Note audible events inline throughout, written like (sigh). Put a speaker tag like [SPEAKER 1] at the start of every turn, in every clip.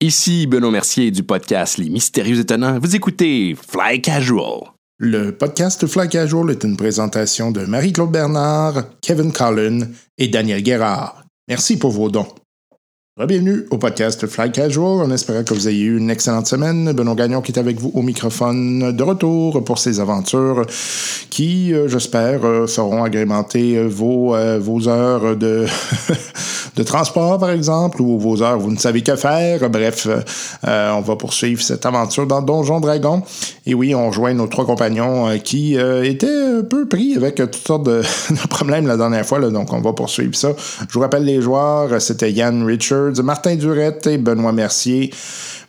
[SPEAKER 1] Ici Benoît Mercier du podcast Les Mystérieux Étonnants. Vous écoutez Fly Casual.
[SPEAKER 2] Le podcast Fly Casual est une présentation de Marie-Claude Bernard, Kevin Collin et Daniel Guérard. Merci pour vos dons. Bienvenue au podcast Fly Casual. En espérant que vous ayez eu une excellente semaine, Benoît Gagnon qui est avec vous au microphone de retour pour ces aventures qui, euh, j'espère, euh, sauront agrémenter vos, euh, vos heures de, (laughs) de transport, par exemple, ou vos heures où vous ne savez que faire. Bref, euh, on va poursuivre cette aventure dans Donjon Dragon. Et oui, on rejoint nos trois compagnons euh, qui étaient un peu pris avec euh, toutes sortes de, (laughs) de problèmes la dernière fois, là, donc on va poursuivre ça. Je vous rappelle les joueurs, c'était Yann Richard, Martin Durette et Benoît Mercier.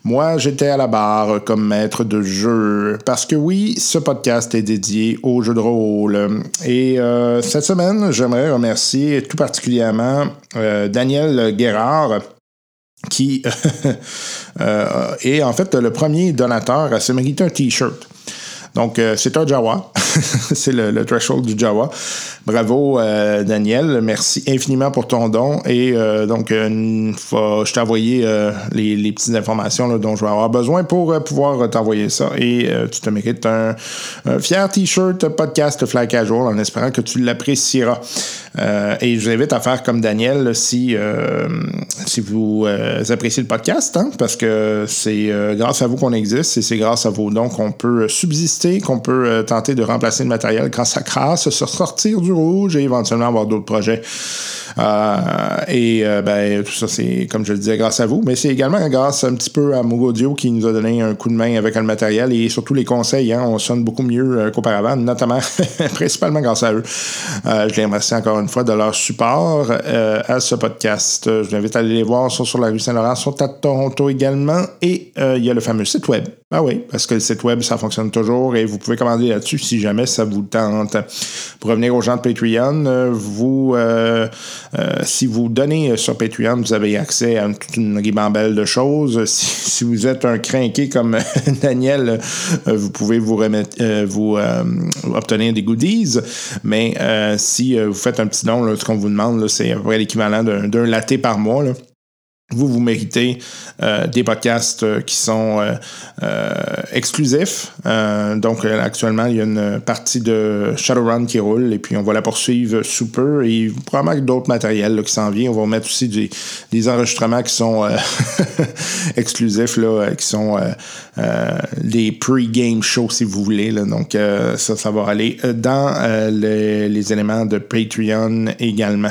[SPEAKER 2] Moi, j'étais à la barre comme maître de jeu. Parce que oui, ce podcast est dédié aux jeux de rôle. Et euh, cette semaine, j'aimerais remercier tout particulièrement euh, Daniel Guérard qui (laughs) euh, est en fait le premier donateur à se mériter un t-shirt. Donc, euh, c'est un Jawa. (laughs) c'est le, le, threshold du Jawa. Bravo, euh, Daniel. Merci infiniment pour ton don. Et euh, donc, je t'ai envoyé euh, les, les, petites informations là, dont je vais avoir besoin pour euh, pouvoir t'envoyer ça. Et euh, tu te mérites un, un fier T-shirt podcast Fly Casual en espérant que tu l'apprécieras. Euh, et je vous invite à faire comme Daniel si, euh, si vous euh, appréciez le podcast, hein, parce que c'est euh, grâce à vous qu'on existe et c'est grâce à vos dons qu'on peut euh, subsister qu'on peut euh, tenter de remplacer le matériel grâce à crasse, se sortir du rouge et éventuellement avoir d'autres projets. Euh, et euh, ben, tout ça, c'est comme je le disais, grâce à vous, mais c'est également grâce un petit peu à Moog Audio qui nous a donné un coup de main avec le matériel et surtout les conseils. Hein, on sonne beaucoup mieux qu'auparavant, notamment, (laughs) principalement grâce à eux. Euh, je les remercie encore une fois de leur support euh, à ce podcast. Je vous invite à aller les voir. Ils sont sur la rue Saint-Laurent, sont à Toronto également. Et euh, il y a le fameux site web. Ah oui, parce que le site web, ça fonctionne toujours et vous pouvez commander là-dessus si jamais ça vous tente. Pour revenir aux gens de Patreon, vous, euh, euh, si vous donnez sur Patreon, vous avez accès à une, toute une ribambelle de choses. (laughs) Si, si vous êtes un crinqué comme euh, (laughs) Daniel, euh, vous pouvez vous, remettre, euh, vous obtenir des goodies. Mais euh, si vous faites un petit don, là, ce qu'on vous demande, c'est à peu près l'équivalent d'un latte par mois. Là vous, vous méritez euh, des podcasts euh, qui sont euh, exclusifs. Euh, donc, actuellement, il y a une partie de Shadowrun qui roule et puis on va la poursuivre sous peu et probablement d'autres matériels là, qui s'en viennent. On va mettre aussi des, des enregistrements qui sont euh, (laughs) exclusifs, là, euh, qui sont euh, des pre-game shows, si vous voulez. Là. Donc, euh, ça, ça va aller dans euh, les, les éléments de Patreon également.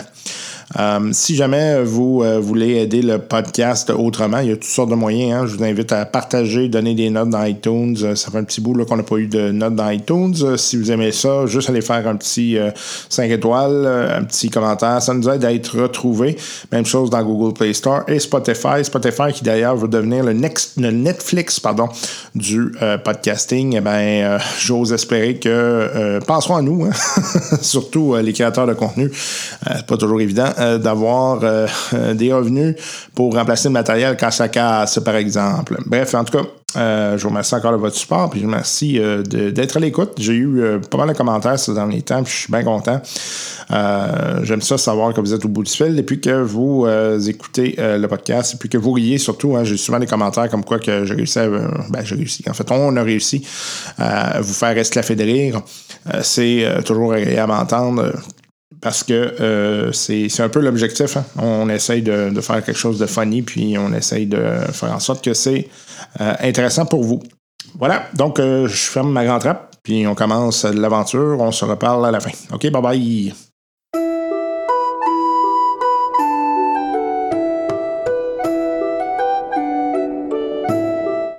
[SPEAKER 2] Euh, si jamais vous euh, voulez aider le podcast autrement, il y a toutes sortes de moyens. Hein. Je vous invite à partager, donner des notes dans iTunes. Euh, Ça fait un petit bout qu'on n'a pas eu de notes dans iTunes. Euh, Si vous aimez ça, juste allez faire un petit euh, 5 étoiles, euh, un petit commentaire. Ça nous aide à être retrouvés. Même chose dans Google Play Store et Spotify. Spotify qui d'ailleurs veut devenir le, next, le, Netflix pardon, du euh, podcasting. Eh ben, j'ose espérer que penseront à nous, hein. (laughs) surtout euh, les créateurs de contenu. Euh, c'est pas toujours évident d'avoir euh, des revenus pour remplacer le matériel quand ça casse, par exemple. Bref, en tout cas, euh, je vous remercie encore de votre support, puis je vous remercie euh, d'être à l'écoute. J'ai eu euh, pas mal de commentaires ces derniers temps, puis je suis bien content. Euh, J'aime ça savoir que vous êtes au bout du fil et puis que vous euh, écoutez le podcast et puis que vous riez surtout. Hein, J'ai souvent des commentaires comme quoi que j'ai réussi à. ben, j'ai réussi. En fait, on a réussi euh, à vous faire esclaffer de rire. Euh, C'est toujours agréable à entendre parce que euh, c'est un peu l'objectif. Hein? On essaye de, de, faire quelque chose de funny, puis on essaye de faire en sorte que c'est euh, intéressant pour vous. Voilà, donc euh, je ferme ma grande trappe, puis on commence euh, l'aventure. On se reparle à la fin. OK, bye bye.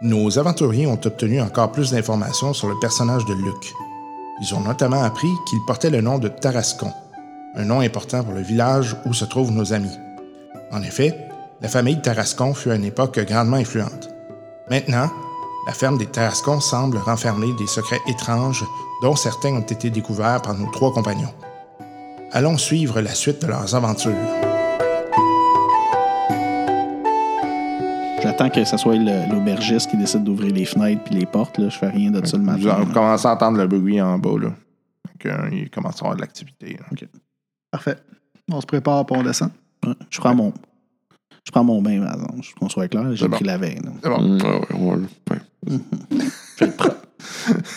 [SPEAKER 2] Nos aventuriers ont obtenu encore plus d'informations sur le personnage de Luc. Ils ont notamment appris qu'il portait le nom de Tarascon, un nom important pour le village où se trouvent nos amis. En effet, la famille Tarascon fut à une époque grandement influente. Maintenant, la ferme des Tarascons semble renfermer des secrets étranges dont certains ont été découverts par nos trois compagnons. Allons suivre la suite de leurs aventures.
[SPEAKER 3] J'attends que ce soit l'aubergiste qui décide d'ouvrir les fenêtres puis les portes. Là. Je fais rien de ça le matin.
[SPEAKER 2] Vous commencez à entendre le bruit en bas. Là. Donc, il commence à avoir de l'activité.
[SPEAKER 3] OK. Parfait. On se prépare pour on descend. Je prends ouais. mon. Je prends mon bain, par exemple. Qu'on soit clair, j'ai
[SPEAKER 2] C'est bon.
[SPEAKER 3] pris la veille. là. Mm-hmm.
[SPEAKER 2] C'est bon.
[SPEAKER 1] Mm, ah ouais, on va le- ouais.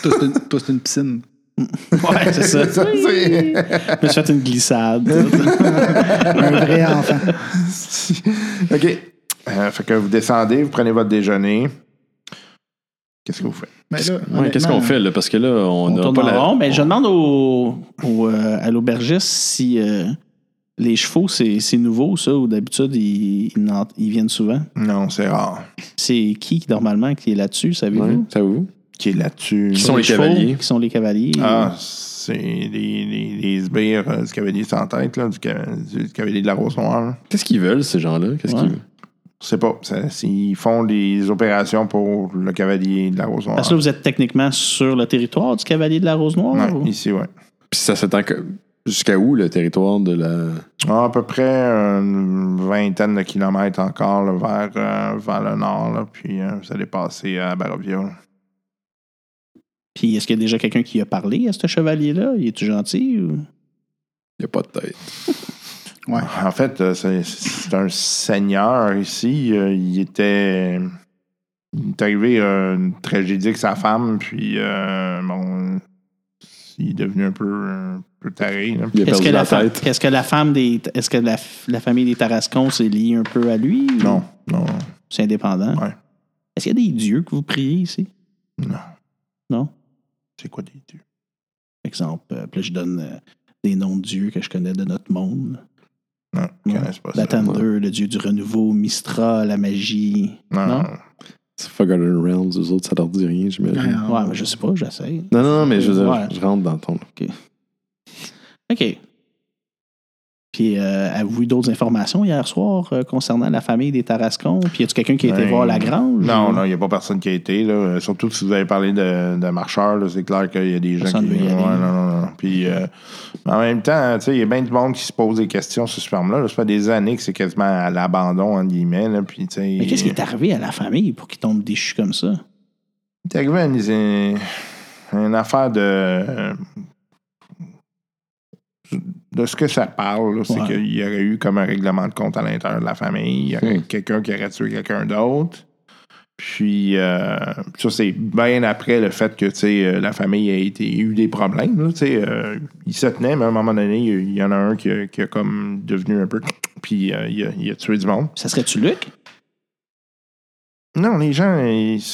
[SPEAKER 3] Toi, c'est une, toi, c'est une piscine. Mm. ouais, c'est ça.
[SPEAKER 2] Ça, c'est-
[SPEAKER 3] Je me suis fait une glissade. Un vrai enfant.
[SPEAKER 2] OK. Euh, fait que vous descendez, vous prenez votre déjeuner. Qu'est-ce que vous faites?
[SPEAKER 3] Mais là,
[SPEAKER 1] Ouais, Qu'est-ce qu'on fait là? Parce que là, on
[SPEAKER 3] On
[SPEAKER 1] n'a
[SPEAKER 3] tourne
[SPEAKER 1] pas
[SPEAKER 3] en
[SPEAKER 1] la.
[SPEAKER 3] rond, mais je demande au, au, euh, à l'aubergiste si euh, les chevaux, c'est c'est nouveau, ça, ou d'habitude, ils, ils, n'en- ils viennent souvent.
[SPEAKER 2] Non, c'est rare.
[SPEAKER 3] C'est qui, normalement, qui est là-dessus, savez-vous?
[SPEAKER 1] Ouais, savez-vous?
[SPEAKER 2] Qui est là-dessus?
[SPEAKER 1] Qui sont les
[SPEAKER 3] chevaux,
[SPEAKER 1] cavaliers?
[SPEAKER 3] Qui sont les cavaliers.
[SPEAKER 2] Ah, c'est les, les, les sbires euh, du cavalier sans tête, là, du, ca- du cavalier de la Rose Noire. là.
[SPEAKER 1] Qu'est-ce qu'ils veulent, ces gens-là? Qu'est-ce
[SPEAKER 3] Ouais.
[SPEAKER 1] qu'ils veulent?
[SPEAKER 2] Je sais pas. ça- S'ils font des opérations pour le cavalier de la Rose Noire.
[SPEAKER 3] Parce que là, vous êtes techniquement sur le territoire du cavalier de la Rose Noire.
[SPEAKER 2] Ouais,
[SPEAKER 3] ou-
[SPEAKER 2] ici, ouais.
[SPEAKER 1] Puis ça s'étend que- jusqu'à où le territoire de la.
[SPEAKER 2] Ah, à peu près une vingtaine de kilomètres encore là, vers, euh, vers le nord, là, puis euh, vous allez passer à Barovia. là.
[SPEAKER 3] Puis est-ce qu'il y a déjà quelqu'un qui a parlé à ce chevalier-là? Il est-tu gentil? ou-
[SPEAKER 1] Il n'y a pas de tête.
[SPEAKER 3] Ouais.
[SPEAKER 2] En fait, euh, c'est- c'est un seigneur ici. euh, Il était. Il est arrivé euh, une tragédie avec sa femme, puis euh, bon. Il est devenu un peu, un peu taré. là.
[SPEAKER 1] Il a
[SPEAKER 3] Est-ce
[SPEAKER 1] perdu
[SPEAKER 3] que,
[SPEAKER 1] la,
[SPEAKER 3] la fa-
[SPEAKER 1] tête.
[SPEAKER 3] est-ce que la femme des. Est-ce que la, f- la famille des Tarascons c'est lié un peu à lui? ou-
[SPEAKER 2] Non, non,
[SPEAKER 3] C'est indépendant.
[SPEAKER 2] Ouais.
[SPEAKER 3] Est-ce qu'il y a des dieux que vous priez ici?
[SPEAKER 2] non.
[SPEAKER 3] Non?
[SPEAKER 2] C'est quoi des dieux?
[SPEAKER 3] Exemple, euh, puis là, je donne euh, des noms de dieux que je connais de notre monde.
[SPEAKER 2] Non, ils
[SPEAKER 3] Ouais.
[SPEAKER 2] connaissent pas ça.
[SPEAKER 3] Batander, le dieu du renouveau, Mistra, la magie.
[SPEAKER 2] Non.
[SPEAKER 3] non?
[SPEAKER 1] C'est Forgotten Realms, eux autres, ça leur dit rien, j'imagine.
[SPEAKER 3] Ouais, mais je sais pas, j'essaie.
[SPEAKER 1] Non, non, non, mais je, veux dire,
[SPEAKER 3] Ouais.
[SPEAKER 1] je rentre dans ton.
[SPEAKER 3] OK. Puis, euh, avez-vous eu d'autres informations hier soir euh, concernant la famille des Tarascons? Puis, y a-tu quelqu'un qui a été
[SPEAKER 2] Ben,
[SPEAKER 3] voir la grange?
[SPEAKER 2] Non, non, il n'y a pas personne qui a été. Là. Euh, Surtout si vous avez parlé de, de marcheurs, là, c'est clair qu'il y a des gens
[SPEAKER 3] Personne
[SPEAKER 2] qui.
[SPEAKER 3] veut y
[SPEAKER 2] Ouais,
[SPEAKER 3] aller.
[SPEAKER 2] non, non, non. Puis, euh, en même temps, tu sais, il y a bien du monde qui se pose des questions sur ce ferme-là. là. Ça fait des années que c'est quasiment à l'abandon, entre guillemets. Là. Puis, tu sais,
[SPEAKER 3] Mais qu'est-ce qui est arrivé à la famille pour qu'ils tombent déchus comme ça?
[SPEAKER 2] il est arrivé une, une affaire de. De ce que ça parle, là, c'est
[SPEAKER 3] Ouais.
[SPEAKER 2] qu'il y aurait eu comme un règlement de compte à l'intérieur de la famille. Il y aurait
[SPEAKER 1] Hmm.
[SPEAKER 2] quelqu'un qui aurait tué quelqu'un d'autre. Puis, euh, ça, c'est bien après le fait que, tu sais, euh, la famille a été, a eu des problèmes. là, tu sais, euh, ils se tenaient, mais à un moment donné, il y a- il y en a un qui a, qui a comme devenu un peu... Puis, euh, il, a, il a tué du monde.
[SPEAKER 3] Ça serait-tu Luc?
[SPEAKER 2] Non, les gens, ils-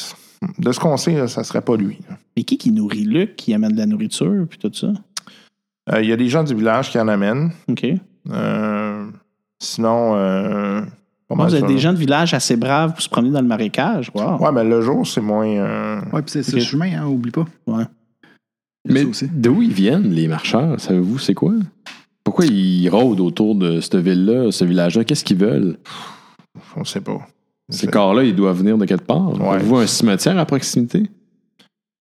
[SPEAKER 2] de ce qu'on sait, là, ça serait pas lui.
[SPEAKER 3] Mais qui qui nourrit Luc, qui amène de la nourriture, puis tout ça?
[SPEAKER 2] Euh, Il y a des gens du village qui en amènent.
[SPEAKER 3] OK.
[SPEAKER 2] Euh, sinon, euh, pas
[SPEAKER 3] Moi,
[SPEAKER 2] mal
[SPEAKER 3] vous êtes
[SPEAKER 2] ça,
[SPEAKER 3] des
[SPEAKER 2] là.
[SPEAKER 3] gens de village assez braves pour se promener dans le marécage. Wow.
[SPEAKER 2] Ouais, mais le jour, c'est moins. euh,
[SPEAKER 4] Ouais, puis c'est c'est
[SPEAKER 3] Ok.
[SPEAKER 4] le chemin, hein, oublie pas.
[SPEAKER 3] Ouais.
[SPEAKER 4] Il y a
[SPEAKER 1] Mais
[SPEAKER 4] ça aussi.
[SPEAKER 1] d'où ils viennent, les marcheurs? Savez-vous, c'est quoi? Pourquoi ils rôdent autour de cette ville-là, ce village-là? Qu'est-ce qu'ils veulent?
[SPEAKER 2] on sait pas.
[SPEAKER 1] Ces
[SPEAKER 2] C'est-
[SPEAKER 1] corps-là, ils doivent venir de quelque part.
[SPEAKER 2] Ouais.
[SPEAKER 1] Avez-vous un cimetière à proximité?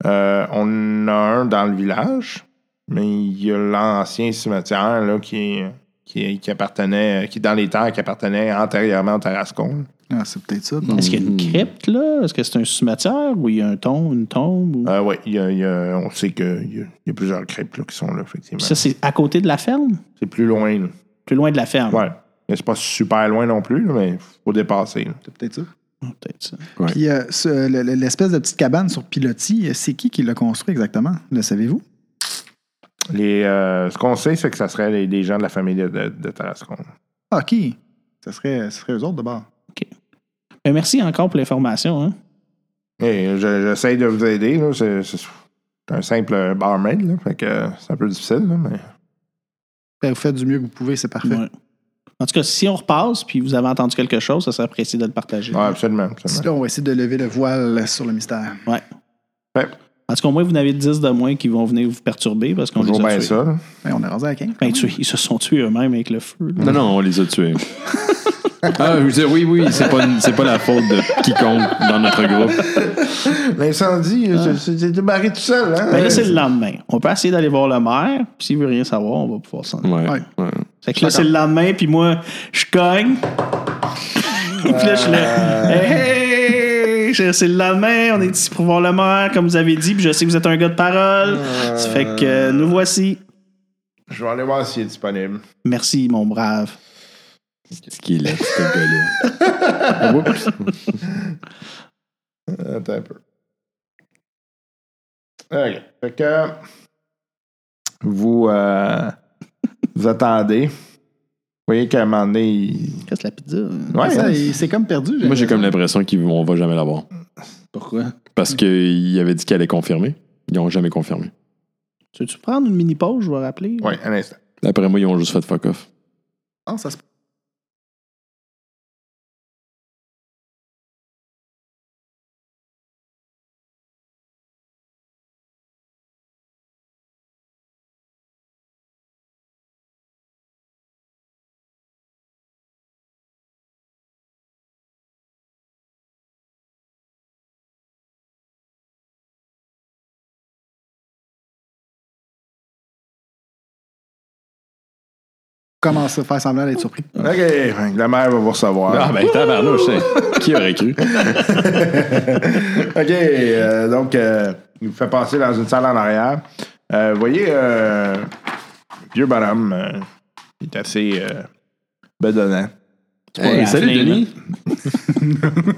[SPEAKER 2] Euh, on a un dans le village, mais il y a l'ancien cimetière là, qui, qui, qui appartenait, qui est dans les terres, qui appartenait antérieurement au Tarascon.
[SPEAKER 4] Ah, c'est peut-être ça.
[SPEAKER 3] Est-ce qu'il y a une
[SPEAKER 2] Mm-hmm.
[SPEAKER 3] crypte, là? Est-ce que c'est un cimetière ou il y a un tombe, une tombe? ou-
[SPEAKER 2] Euh, oui, il y a- il y a- on sait qu'il y, a- il y a plusieurs crêpes là, qui sont là, effectivement.
[SPEAKER 3] Puis Ça, c'est à côté de la ferme?
[SPEAKER 2] C'est plus loin. là.
[SPEAKER 3] Plus loin de la ferme?
[SPEAKER 2] Ouais. Mais c'est pas super loin non plus, là, mais faut dépasser. là.
[SPEAKER 4] C'est peut-être ça.
[SPEAKER 3] Ah, Peut-être ça.
[SPEAKER 1] Ouais.
[SPEAKER 4] Puis euh, ce- le- le- l'espèce de petite cabane sur pilotis, euh, c'est qui qui l'a construit exactement? Le savez-vous?
[SPEAKER 2] Les, euh, ce qu'on sait, c'est que ça serait les- des gens de la famille de, de- de Tarascon.
[SPEAKER 4] Ah, OK. Ça serait, ça serait eux autres de bord.
[SPEAKER 3] Ben, merci encore pour l'information. Hein?
[SPEAKER 2] Et je- j'essaie de vous aider. là, C'est c'est- c'est un simple barmaid, là, fait que c'est un peu difficile. là, mais...
[SPEAKER 4] Ben, vous faites du mieux que vous pouvez, c'est parfait.
[SPEAKER 3] Ouais. En tout cas, si on repasse puis vous avez entendu quelque chose, ça serait apprécié de le partager.
[SPEAKER 2] Ouais, absolument. absolument.
[SPEAKER 4] Là, on va essayer de lever le voile sur le mystère.
[SPEAKER 3] Ouais.
[SPEAKER 2] Ouais.
[SPEAKER 3] En tout cas, au moins, vous en avez 10 de moins qui vont venir vous perturber parce qu'on les
[SPEAKER 2] Toujours
[SPEAKER 3] a
[SPEAKER 2] bien
[SPEAKER 3] tués.
[SPEAKER 2] ça. là.
[SPEAKER 4] Ben, on est rendu à 15.
[SPEAKER 3] Ben, tués. Ils se sont tués eux-mêmes avec le feu. là.
[SPEAKER 1] Non, non, on les a
[SPEAKER 4] (laughs)
[SPEAKER 1] tués. ah, je veux dire, oui, oui, c'est pas, c'est pas la faute de quiconque dans notre groupe.
[SPEAKER 2] L'incendie, c'est- c'est c'est débarré tout seul. Hein?
[SPEAKER 3] Ben là, c'est le lendemain. On peut essayer d'aller voir le maire. puis S'il veut rien savoir, on va pouvoir s'en aller.
[SPEAKER 1] Ouais.
[SPEAKER 4] Ouais.
[SPEAKER 1] ouais.
[SPEAKER 3] Fait que là, c'est le lendemain, puis moi, je cogne. puis là, je suis là. Hey! hey, C'est le lendemain, on est ici pour voir le maire, comme vous avez dit, puis je sais que vous êtes un gars de parole. Ça fait que euh, nous voici.
[SPEAKER 2] Je vais aller voir s'il est disponible.
[SPEAKER 3] Merci, mon brave.
[SPEAKER 1] C'est qui est là, ce
[SPEAKER 4] (laughs)
[SPEAKER 1] gars-là. Oups.
[SPEAKER 2] Attends un peu. OK. Fait que vous, euh, vous attendez. Vous voyez qu'à un moment donné, il-
[SPEAKER 3] Qu'est-ce que la pizza?
[SPEAKER 2] Ouais,
[SPEAKER 4] Ça,
[SPEAKER 2] hein,
[SPEAKER 4] il- c'est comme perdu.
[SPEAKER 1] Moi, j'ai comme l'impression qu'on va jamais l'avoir.
[SPEAKER 4] Pourquoi?
[SPEAKER 1] Parce qu'il avait dit qu'il allait confirmer. Ils n'ont jamais confirmé.
[SPEAKER 3] Tu veux-tu prendre une mini pause, je vais rappeler?
[SPEAKER 2] ouais, un instant.
[SPEAKER 1] D'après moi, ils ont juste fait fuck off.
[SPEAKER 4] Ah, ça se peut. Comment ça, faire semblant d'être surpris?
[SPEAKER 2] OK. fait que La mère va vous recevoir.
[SPEAKER 1] Ah, ben, tabarnouche, hein. Qui aurait cru? ben.
[SPEAKER 2] OK, euh, donc, euh, il vous fait passer dans une salle en arrière. Euh, vous voyez, euh, vieux bonhomme, euh, il est assez euh, bedonnant.
[SPEAKER 1] Hey,
[SPEAKER 3] la
[SPEAKER 1] salut,
[SPEAKER 3] flemme.
[SPEAKER 1] Denis.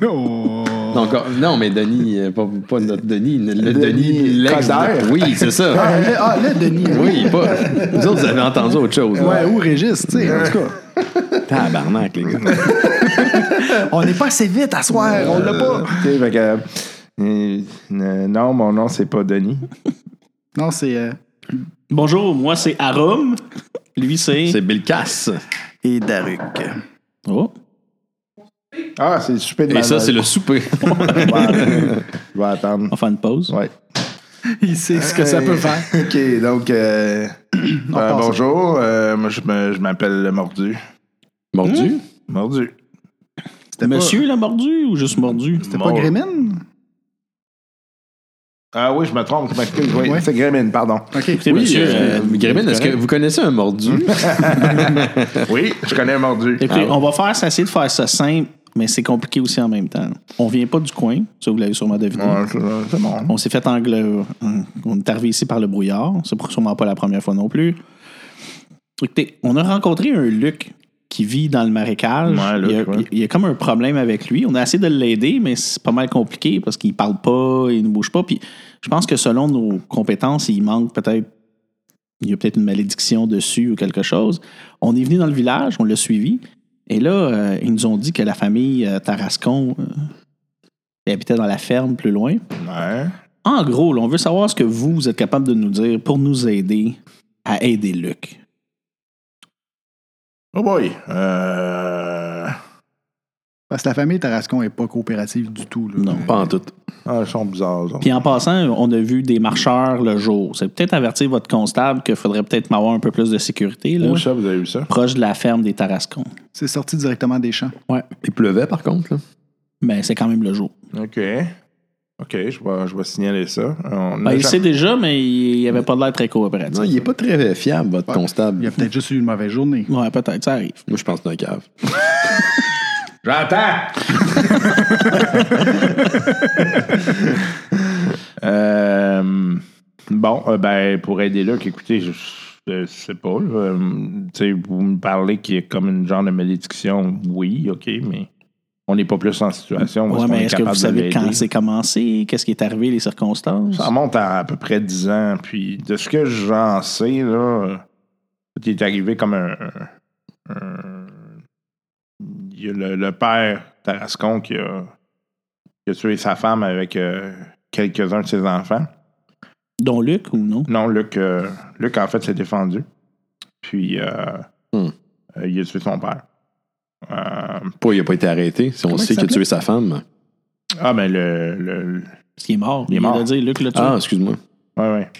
[SPEAKER 4] Oh.
[SPEAKER 1] Non, encore- non, mais Denis, euh, pas, pas notre Denis, le, le Denis,
[SPEAKER 2] Denis
[SPEAKER 1] l'ex-
[SPEAKER 2] Coderre.
[SPEAKER 1] Oui, c'est ça.
[SPEAKER 4] Ah, le, ah, (laughs) le Denis.
[SPEAKER 1] Oui, pas. Vous autres, vous avez entendu autre chose.
[SPEAKER 4] Ouais, ou Régis, tu sais, en tout cas.
[SPEAKER 1] (laughs) Tabarnak, les gars.
[SPEAKER 4] On n'est pas assez vite à soir, on l'a pas.
[SPEAKER 2] OK, fait que, euh, euh, non, mon nom, c'est pas Denis.
[SPEAKER 4] Non, c'est. euh,
[SPEAKER 3] Bonjour, moi c'est Arum. Lui c'est.
[SPEAKER 1] C'est Bill Cass.
[SPEAKER 4] Et Daruk.
[SPEAKER 3] Oh.
[SPEAKER 2] Ah, c'est le souper de
[SPEAKER 1] Et ça, c'est le
[SPEAKER 2] (laughs)
[SPEAKER 1] souper.
[SPEAKER 2] Je vais- je vais attendre.
[SPEAKER 3] On va faire une pause.
[SPEAKER 2] Ouais.
[SPEAKER 4] Il sait ce que ça peut faire.
[SPEAKER 2] OK, donc, euh,
[SPEAKER 4] On
[SPEAKER 2] euh,
[SPEAKER 4] passe.
[SPEAKER 2] bonjour. euh, moi, je me- je m'appelle Mordu.
[SPEAKER 1] Mordu.
[SPEAKER 2] Mordu.
[SPEAKER 4] C'était pas-
[SPEAKER 3] Monsieur l'a mordu ou juste mordu?
[SPEAKER 4] C'était pas
[SPEAKER 2] Mort.
[SPEAKER 4] Grémin?
[SPEAKER 2] Ah oui, je me trompe. je m'excuse, oui,
[SPEAKER 4] Ouais.
[SPEAKER 2] C'est Grémin, pardon.
[SPEAKER 4] OK.
[SPEAKER 3] Oui,
[SPEAKER 1] Oui,
[SPEAKER 3] monsieur.
[SPEAKER 1] euh, Grémin, est-ce que vous connaissez un mordu?
[SPEAKER 2] Oui, je connais Mordu.
[SPEAKER 3] Écoutez,
[SPEAKER 1] Ah ouais.
[SPEAKER 3] on va faire ça, essayer de faire ça simple, mais c'est compliqué aussi en même temps. On vient pas du coin, ça vous l'avez sûrement deviné.
[SPEAKER 2] Ah, Ouais, c'est c'est bon.
[SPEAKER 3] Hein? On s'est fait angle. On est arrivé ici par le brouillard. C'est sûrement pas la première fois non plus. Écoutez, on a rencontré un Luc qui vit dans le marécage.
[SPEAKER 2] Ouais, Luc,
[SPEAKER 3] il, y a,
[SPEAKER 2] ouais.
[SPEAKER 3] il y a comme un problème avec lui. On a essayé de l'aider, mais c'est pas mal compliqué parce qu'il parle pas, il ne bouge pas. Puis je pense que selon nos compétences, il manque peut-être. Il y a peut-être une malédiction dessus ou quelque chose. On est venu dans le village, on l'a suivi. Et là, euh, ils nous ont dit que la famille euh, Tarascon euh, habitait dans la ferme plus loin.
[SPEAKER 2] Ouais.
[SPEAKER 3] En gros, là, on veut savoir ce que vous, vous êtes capable de nous dire pour nous aider à aider Luc.
[SPEAKER 2] Oh boy. Euh...
[SPEAKER 4] Parce que la famille Tarascon n'est pas coopérative du tout. Là.
[SPEAKER 3] Non.
[SPEAKER 1] Pas en tout.
[SPEAKER 2] Ah, ils sont bizarres. ça.
[SPEAKER 3] Puis en passant, on a vu des marcheurs le jour. C'est peut-être avertir votre constable qu'il faudrait peut-être m'avoir un peu plus de sécurité, là,
[SPEAKER 2] Où ça, vous avez vu ça?
[SPEAKER 3] proche de la ferme des Tarascons.
[SPEAKER 4] C'est sorti directement des champs.
[SPEAKER 1] Il pleuvait, par contre. là.
[SPEAKER 3] Mais Ben, c'est quand même le jour.
[SPEAKER 2] OK. OK, je vais, je vais signaler ça. On
[SPEAKER 3] Ben,
[SPEAKER 2] a
[SPEAKER 3] il
[SPEAKER 2] jamais-
[SPEAKER 3] sait déjà, mais il avait pas l'air très coopératif.
[SPEAKER 1] Non, il est pas très fiable, votre constable.
[SPEAKER 4] Il a peut-être juste eu une mauvaise journée.
[SPEAKER 3] Ouais, peut-être, ça arrive.
[SPEAKER 1] Moi, je pense que c'est un cave.
[SPEAKER 2] J'entends! (laughs) Euh, bon, euh, ben, pour aider Luc, écoutez, je, je sais pas. euh, tu sais, vous me parlez qu'il y a comme une genre de malédiction. Oui, OK, mais on n'est pas plus en situation. où
[SPEAKER 3] Ouais,
[SPEAKER 2] ben, est-ce qu'on
[SPEAKER 3] mais
[SPEAKER 2] est
[SPEAKER 3] est-ce que vous
[SPEAKER 2] capable de
[SPEAKER 3] savez
[SPEAKER 2] l'aider?
[SPEAKER 3] quand c'est commencé? Qu'est-ce qui est arrivé, les circonstances?
[SPEAKER 2] Ça remonte à à peu près 10 ans. Puis de ce que j'en sais, là, euh, tout est arrivé comme un. un- il y a le, le père Tarascon qui a, qui a tué sa femme avec euh, quelques-uns de ses enfants.
[SPEAKER 3] Dont Luc ou non?
[SPEAKER 2] Non, Luc, euh, Luc en fait, s'est défendu. Puis euh,
[SPEAKER 1] Hmm.
[SPEAKER 2] euh, il a tué son père. Euh,
[SPEAKER 1] Pas, il a pas été arrêté. Si on
[SPEAKER 4] Comment
[SPEAKER 1] sait
[SPEAKER 4] il
[SPEAKER 1] qu'il a tué sa femme.
[SPEAKER 2] ah, mais le. le- le-
[SPEAKER 3] Parce qu'il est mort.
[SPEAKER 2] Il est mort.
[SPEAKER 3] a dit Luc l'a tué.
[SPEAKER 1] Ah, excuse-moi.
[SPEAKER 2] ouais, ouais.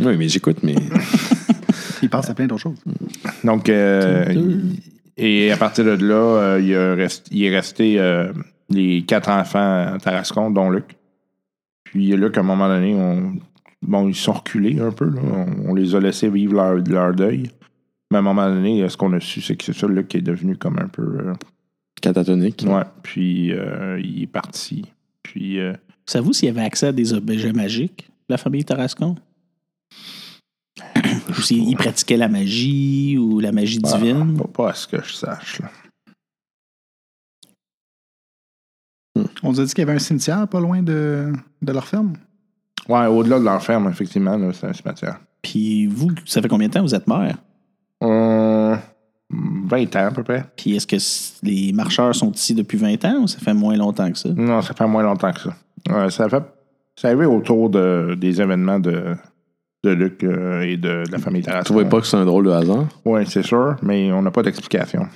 [SPEAKER 1] Oui, mais j'écoute,
[SPEAKER 4] (laughs)
[SPEAKER 1] mais.
[SPEAKER 4] Il pense à plein d'autres choses.
[SPEAKER 2] Donc, euh, et à partir de là, euh, il, a rest- il est resté euh, les quatre enfants à Tarascon, dont Luc. Puis Luc, à un moment donné, on, bon, ils sont reculés un peu. là. On, on les a laissés vivre leur, leur deuil. Mais à un moment donné, euh, ce qu'on a su, c'est que c'est ça, Luc est devenu comme un peu. euh,
[SPEAKER 1] Catatonique.
[SPEAKER 2] ouais. Puis euh, il est parti. Puis euh,
[SPEAKER 3] Savez-vous s'il y avait accès à des objets magiques, la famille Tarascon?
[SPEAKER 2] (coughs) je
[SPEAKER 3] Ou s'il pratiquait la magie ou la magie
[SPEAKER 2] Ah,
[SPEAKER 3] divine.
[SPEAKER 2] pas, pas à ce que je sache. là.
[SPEAKER 4] On nous a dit qu'il y avait un cimetière pas loin de, de leur ferme.
[SPEAKER 2] Ouais, au-delà de l'enferme, effectivement, là, c'est un cimetière.
[SPEAKER 3] Puis vous, ça fait combien de temps que vous êtes maire?
[SPEAKER 2] Euh, 20 ans à peu près.
[SPEAKER 3] Puis est-ce que c- les marcheurs sont ici depuis 20 ans ou ça fait moins longtemps que ça?
[SPEAKER 2] Non, ça fait moins longtemps que ça. Euh, ça fait. C'est arrivé autour de, des événements de, de Luc euh, et de, de la famille
[SPEAKER 1] Tu
[SPEAKER 2] Tarascon.
[SPEAKER 1] trouvais pas que c'est un drôle de hasard?
[SPEAKER 2] Oui, c'est sûr, mais on n'a pas d'explication.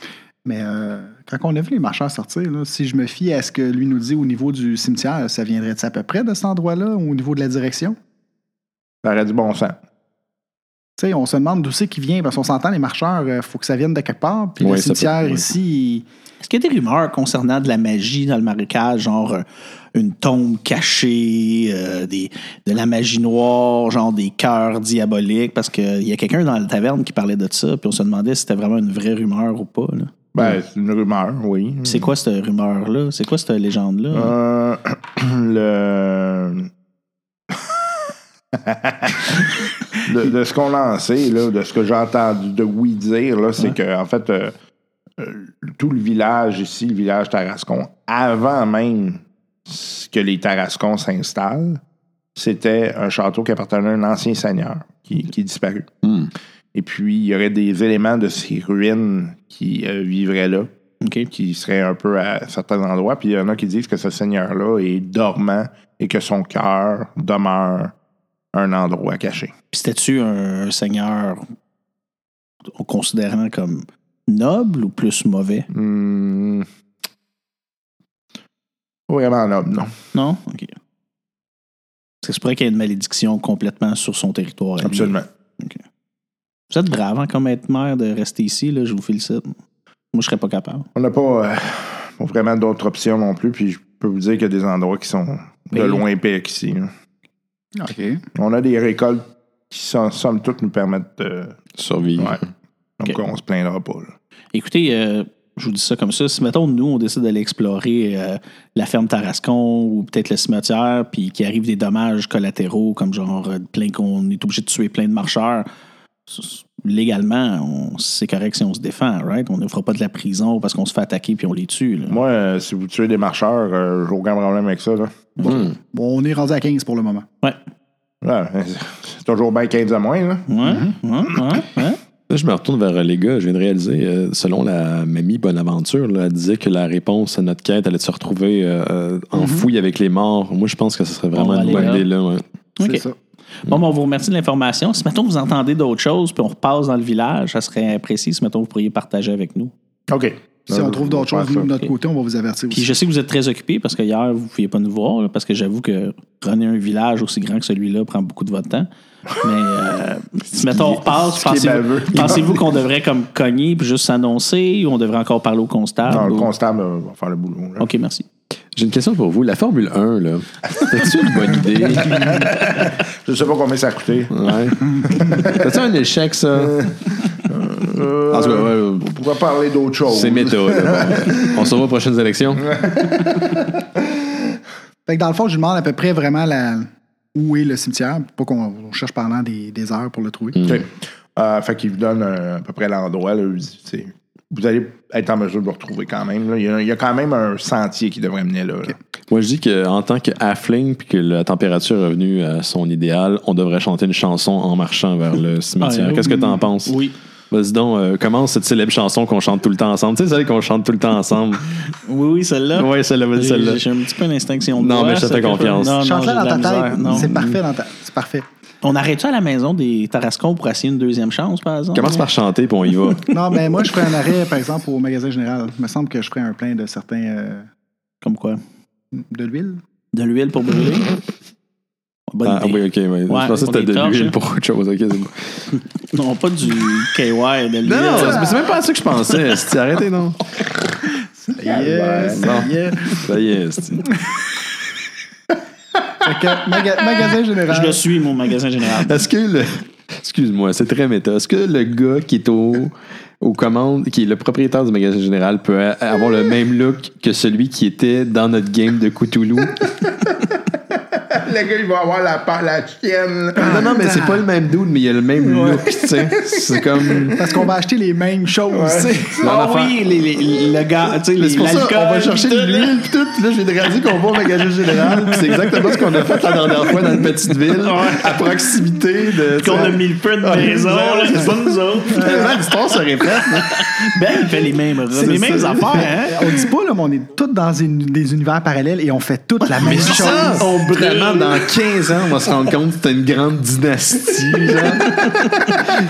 [SPEAKER 4] Mais euh, quand on a vu les marcheurs sortir, là, si je me fie à ce que lui nous dit au niveau du cimetière, ça viendrait de à peu près de cet endroit-là, au niveau de la direction?
[SPEAKER 2] Ça aurait du bon sens.
[SPEAKER 4] Tu sais, on se demande d'où c'est qu'il vient, parce qu'on s'entend, les marcheurs, il faut que ça vienne de quelque part. Puis
[SPEAKER 1] Ouais,
[SPEAKER 4] le
[SPEAKER 1] ça peut-
[SPEAKER 4] cimetière
[SPEAKER 1] ouais.
[SPEAKER 4] ici,
[SPEAKER 3] Est-ce qu'il y a des rumeurs concernant de la magie dans le marécage, genre euh, une tombe cachée, euh, des, de la magie noire, genre des cœurs diaboliques? Parce qu'il y a quelqu'un dans la taverne qui parlait de ça, puis on se demandait si c'était vraiment une vraie rumeur ou pas. là.
[SPEAKER 2] Ben, c'est une rumeur, oui.
[SPEAKER 3] C'est quoi cette rumeur-là? C'est quoi cette légende-là?
[SPEAKER 2] Euh, (clears throat) le... de, de ce qu'on en sait, là, de ce que j'ai entendu de oui dire, là, c'est que en fait, euh, euh, tout le village ici, le village Tarascon, avant même que les Tarascons s'installent, c'était un château qui appartenait à un ancien seigneur qui, qui est disparu.
[SPEAKER 1] Hmm.
[SPEAKER 2] Et puis, il y aurait des éléments de ces ruines qui euh, vivraient là
[SPEAKER 3] OK.
[SPEAKER 2] qui serait un peu à certains endroits. Puis il y en a qui disent que ce seigneur-là est dormant et que son cœur demeure un endroit caché.
[SPEAKER 3] Puis C'était-tu un, un seigneur au considérant comme noble ou plus mauvais?
[SPEAKER 2] Hmm. Pas Vraiment noble, non.
[SPEAKER 3] Non? OK. Ça se pourrait qu'il y ait une malédiction complètement sur son territoire. à lui.
[SPEAKER 2] Absolument.
[SPEAKER 3] Vous êtes brave, hein, comme être maire, de rester ici, là, je vous félicite. Moi, je serais pas capable.
[SPEAKER 2] On n'a pas, euh, pas vraiment d'autres options non plus. Puis je peux vous dire qu'il y a des endroits qui sont de
[SPEAKER 3] Oui.
[SPEAKER 2] loin pires qu'ici. là.
[SPEAKER 4] OK.
[SPEAKER 2] On a des récoltes qui, sont, somme toute, nous permettent de.
[SPEAKER 1] Survivre.
[SPEAKER 2] Ouais. Donc
[SPEAKER 3] Ok.
[SPEAKER 2] on se plaindra pas. là.
[SPEAKER 3] Écoutez, euh, je vous dis ça comme ça. Si, mettons, nous, on décide d'aller explorer euh, la ferme Tarascon ou peut-être le cimetière, puis qu'il arrive des dommages collatéraux, comme genre euh, plein qu'on est obligé de tuer plein de marcheurs, c- c- légalement, on- c'est correct si on se défend, right? On ne fera pas de la prison parce qu'on se fait attaquer puis on les tue. là.
[SPEAKER 2] Moi, euh, si vous tuez des marcheurs, euh, j'ai aucun problème avec ça. Là.
[SPEAKER 1] Hmm.
[SPEAKER 4] Bon, on est rendu à 15 pour le moment.
[SPEAKER 3] Ouais.
[SPEAKER 2] Ouais, c'est toujours bien 15 à moins. Là.
[SPEAKER 3] Ouais,
[SPEAKER 4] Mm-hmm.
[SPEAKER 3] ouais, ouais, ouais.
[SPEAKER 1] Là, je me retourne vers euh, les gars. Je viens de réaliser, euh, selon la mamie Bonaventure, là, elle disait que la réponse à notre quête allait se retrouver euh, euh,
[SPEAKER 4] Mhm.
[SPEAKER 1] en fouille avec les morts. Moi, je pense que ce serait
[SPEAKER 3] On
[SPEAKER 4] Oh,
[SPEAKER 1] vraiment
[SPEAKER 3] va
[SPEAKER 1] une
[SPEAKER 3] aller
[SPEAKER 1] bonne
[SPEAKER 3] là.
[SPEAKER 1] idée. Là, ouais.
[SPEAKER 3] Ok.
[SPEAKER 4] C'est ça.
[SPEAKER 3] Bon, ben, on vous remercie de l'information. Si, mettons, vous entendez d'autres choses, puis on repasse dans le village, ça serait précis. Si, mettons, vous pourriez partager avec nous.
[SPEAKER 2] OK.
[SPEAKER 4] Si on trouve d'autres
[SPEAKER 2] Je vais
[SPEAKER 4] choses
[SPEAKER 2] faire
[SPEAKER 4] nous, de notre
[SPEAKER 3] Ok.
[SPEAKER 4] côté, on va vous avertir
[SPEAKER 3] Puis
[SPEAKER 4] aussi.
[SPEAKER 3] je sais que vous êtes très occupé parce que hier, vous ne pouviez pas nous voir, là, parce que j'avoue que runner un village aussi grand que celui-là prend beaucoup de votre temps. Mais euh, si, mettons, on
[SPEAKER 2] (laughs)
[SPEAKER 3] repasse,
[SPEAKER 2] ce qui est baveux.
[SPEAKER 3] pensez-vous pensez-vous qu'on devrait comme cogner puis juste s'annoncer ou on devrait encore parler au
[SPEAKER 2] ça. Non,
[SPEAKER 3] constable?
[SPEAKER 2] le
[SPEAKER 3] ou-
[SPEAKER 2] constable euh, va faire le boulot. là.
[SPEAKER 3] OK, merci.
[SPEAKER 1] J'ai une question pour vous. La Formule 1, là, c'était-tu une bonne (laughs) idée?
[SPEAKER 2] Je sais pas combien ça a coûté.
[SPEAKER 1] Ouais. C'était-tu un échec, ça?
[SPEAKER 2] Euh,
[SPEAKER 1] En tout cas, ouais,
[SPEAKER 2] on pourrait parler d'autres choses.
[SPEAKER 1] c'est méta. (laughs) là, bon. On se revoit aux prochaines élections.
[SPEAKER 4] Fait que dans le fond, je demande à peu près vraiment la... où est le cimetière, pour pas qu'on on cherche pendant des, des heures pour le trouver.
[SPEAKER 3] Oh
[SPEAKER 2] OK. Euh, fait qu'il vous donne euh, à peu près l'endroit. là, vous- c'est- Vous allez être en mesure de le retrouver quand même. là. Il y, a, il y a quand même un sentier qui devrait mener là. là.
[SPEAKER 1] Moi, je dis qu'en tant que halfling, puis que la température est revenue à son idéal, on devrait chanter une chanson en marchant vers le cimetière.
[SPEAKER 3] Ah,
[SPEAKER 1] euh, Qu'est-ce que t'en penses?
[SPEAKER 3] Oui.
[SPEAKER 1] Vas-y donc, euh, commence cette célèbre chanson qu'on chante tout le temps ensemble. Tu sais, celle qu'on chante tout le temps ensemble.
[SPEAKER 3] Oui, oui, celle-là.
[SPEAKER 1] ouais, celle-là, vas-y, celle-là.
[SPEAKER 3] J'ai j'ai un petit peu l'instinction de
[SPEAKER 1] Non,
[SPEAKER 3] voix,
[SPEAKER 1] mais je te
[SPEAKER 3] ça
[SPEAKER 1] fais
[SPEAKER 3] fait peur.
[SPEAKER 1] confiance.
[SPEAKER 3] Non, non,
[SPEAKER 4] Chante-la
[SPEAKER 3] j'ai de la
[SPEAKER 4] dans ta
[SPEAKER 3] misère.
[SPEAKER 4] tête.
[SPEAKER 3] Non.
[SPEAKER 4] C'est parfait dans ta C'est parfait.
[SPEAKER 3] On arrête ça à la maison des Tarascons pour essayer une deuxième chance, par exemple?
[SPEAKER 1] Commence par chanter, puis on y va.
[SPEAKER 4] Non, mais moi, je ferais un arrêt, par exemple, au magasin général. Il me semble que je ferais un plein de certains. euh,
[SPEAKER 3] Comme quoi?
[SPEAKER 4] de l'huile.
[SPEAKER 3] De l'huile pour brûler? Bonne
[SPEAKER 1] Ah
[SPEAKER 3] idée.
[SPEAKER 1] oui, ok, ouais. je pensais que
[SPEAKER 3] pour
[SPEAKER 1] c'était
[SPEAKER 3] les
[SPEAKER 1] de
[SPEAKER 3] torches, hein.
[SPEAKER 1] l'huile pour autre chose. ok, c'est bon.
[SPEAKER 3] Non, pas du KY, de l'huile.
[SPEAKER 1] Non, non, c'est- c'est même pas à ça que je (laughs) pensais. Esti, arrêtez, non?
[SPEAKER 4] Yes,
[SPEAKER 1] Bon.
[SPEAKER 4] yes.
[SPEAKER 1] Ça y est, esti.
[SPEAKER 4] Fait que maga- magasin général.
[SPEAKER 3] Je le suis, mon magasin général.
[SPEAKER 1] Est-ce que le. Excuse-moi, c'est très méta. Est-ce que le gars qui est au, aux commandes, qui est le propriétaire du magasin général, peut a- (laughs) avoir le même look que celui qui était dans notre game de Cthulhu?
[SPEAKER 2] le gars, il va avoir la, pa- la chienne.
[SPEAKER 1] Non, non, mais c'est pas le même dude, mais il a le même look, tu sais. C'est (laughs) comme.
[SPEAKER 4] Parce qu'on va acheter les mêmes choses, tu sais.
[SPEAKER 3] (laughs) Ah oui, les, les- le gars, tu sais,
[SPEAKER 1] Mais
[SPEAKER 3] les
[SPEAKER 1] c'est pour ça, on va
[SPEAKER 3] l'alcool,
[SPEAKER 1] chercher
[SPEAKER 3] puis
[SPEAKER 1] de
[SPEAKER 3] tout, là.
[SPEAKER 1] l'huile, pis tout. Puis là, je viens de réaliser qu'on va au magasin général, puis c'est exactement ce qu'on a fait la dernière fois dans une petite ville, à proximité de.
[SPEAKER 3] Qu'on a mis le peu de
[SPEAKER 1] Ah,
[SPEAKER 3] maison, là, c'est pas nous autres.
[SPEAKER 1] Finalement, euh, l'histoire hein. se répète.
[SPEAKER 3] Ben, il fait les mêmes
[SPEAKER 1] C'est
[SPEAKER 3] les (laughs) mêmes
[SPEAKER 1] ça.
[SPEAKER 3] affaires, hein?
[SPEAKER 4] (laughs) On dit pas, là, mais on est tous dans une- des univers parallèles et on fait toutes la même chose.
[SPEAKER 1] Ah, Ça,
[SPEAKER 3] on brûle.
[SPEAKER 1] Vraiment, dans 15 ans, on va se rendre compte que c'était une grande dynastie. genre.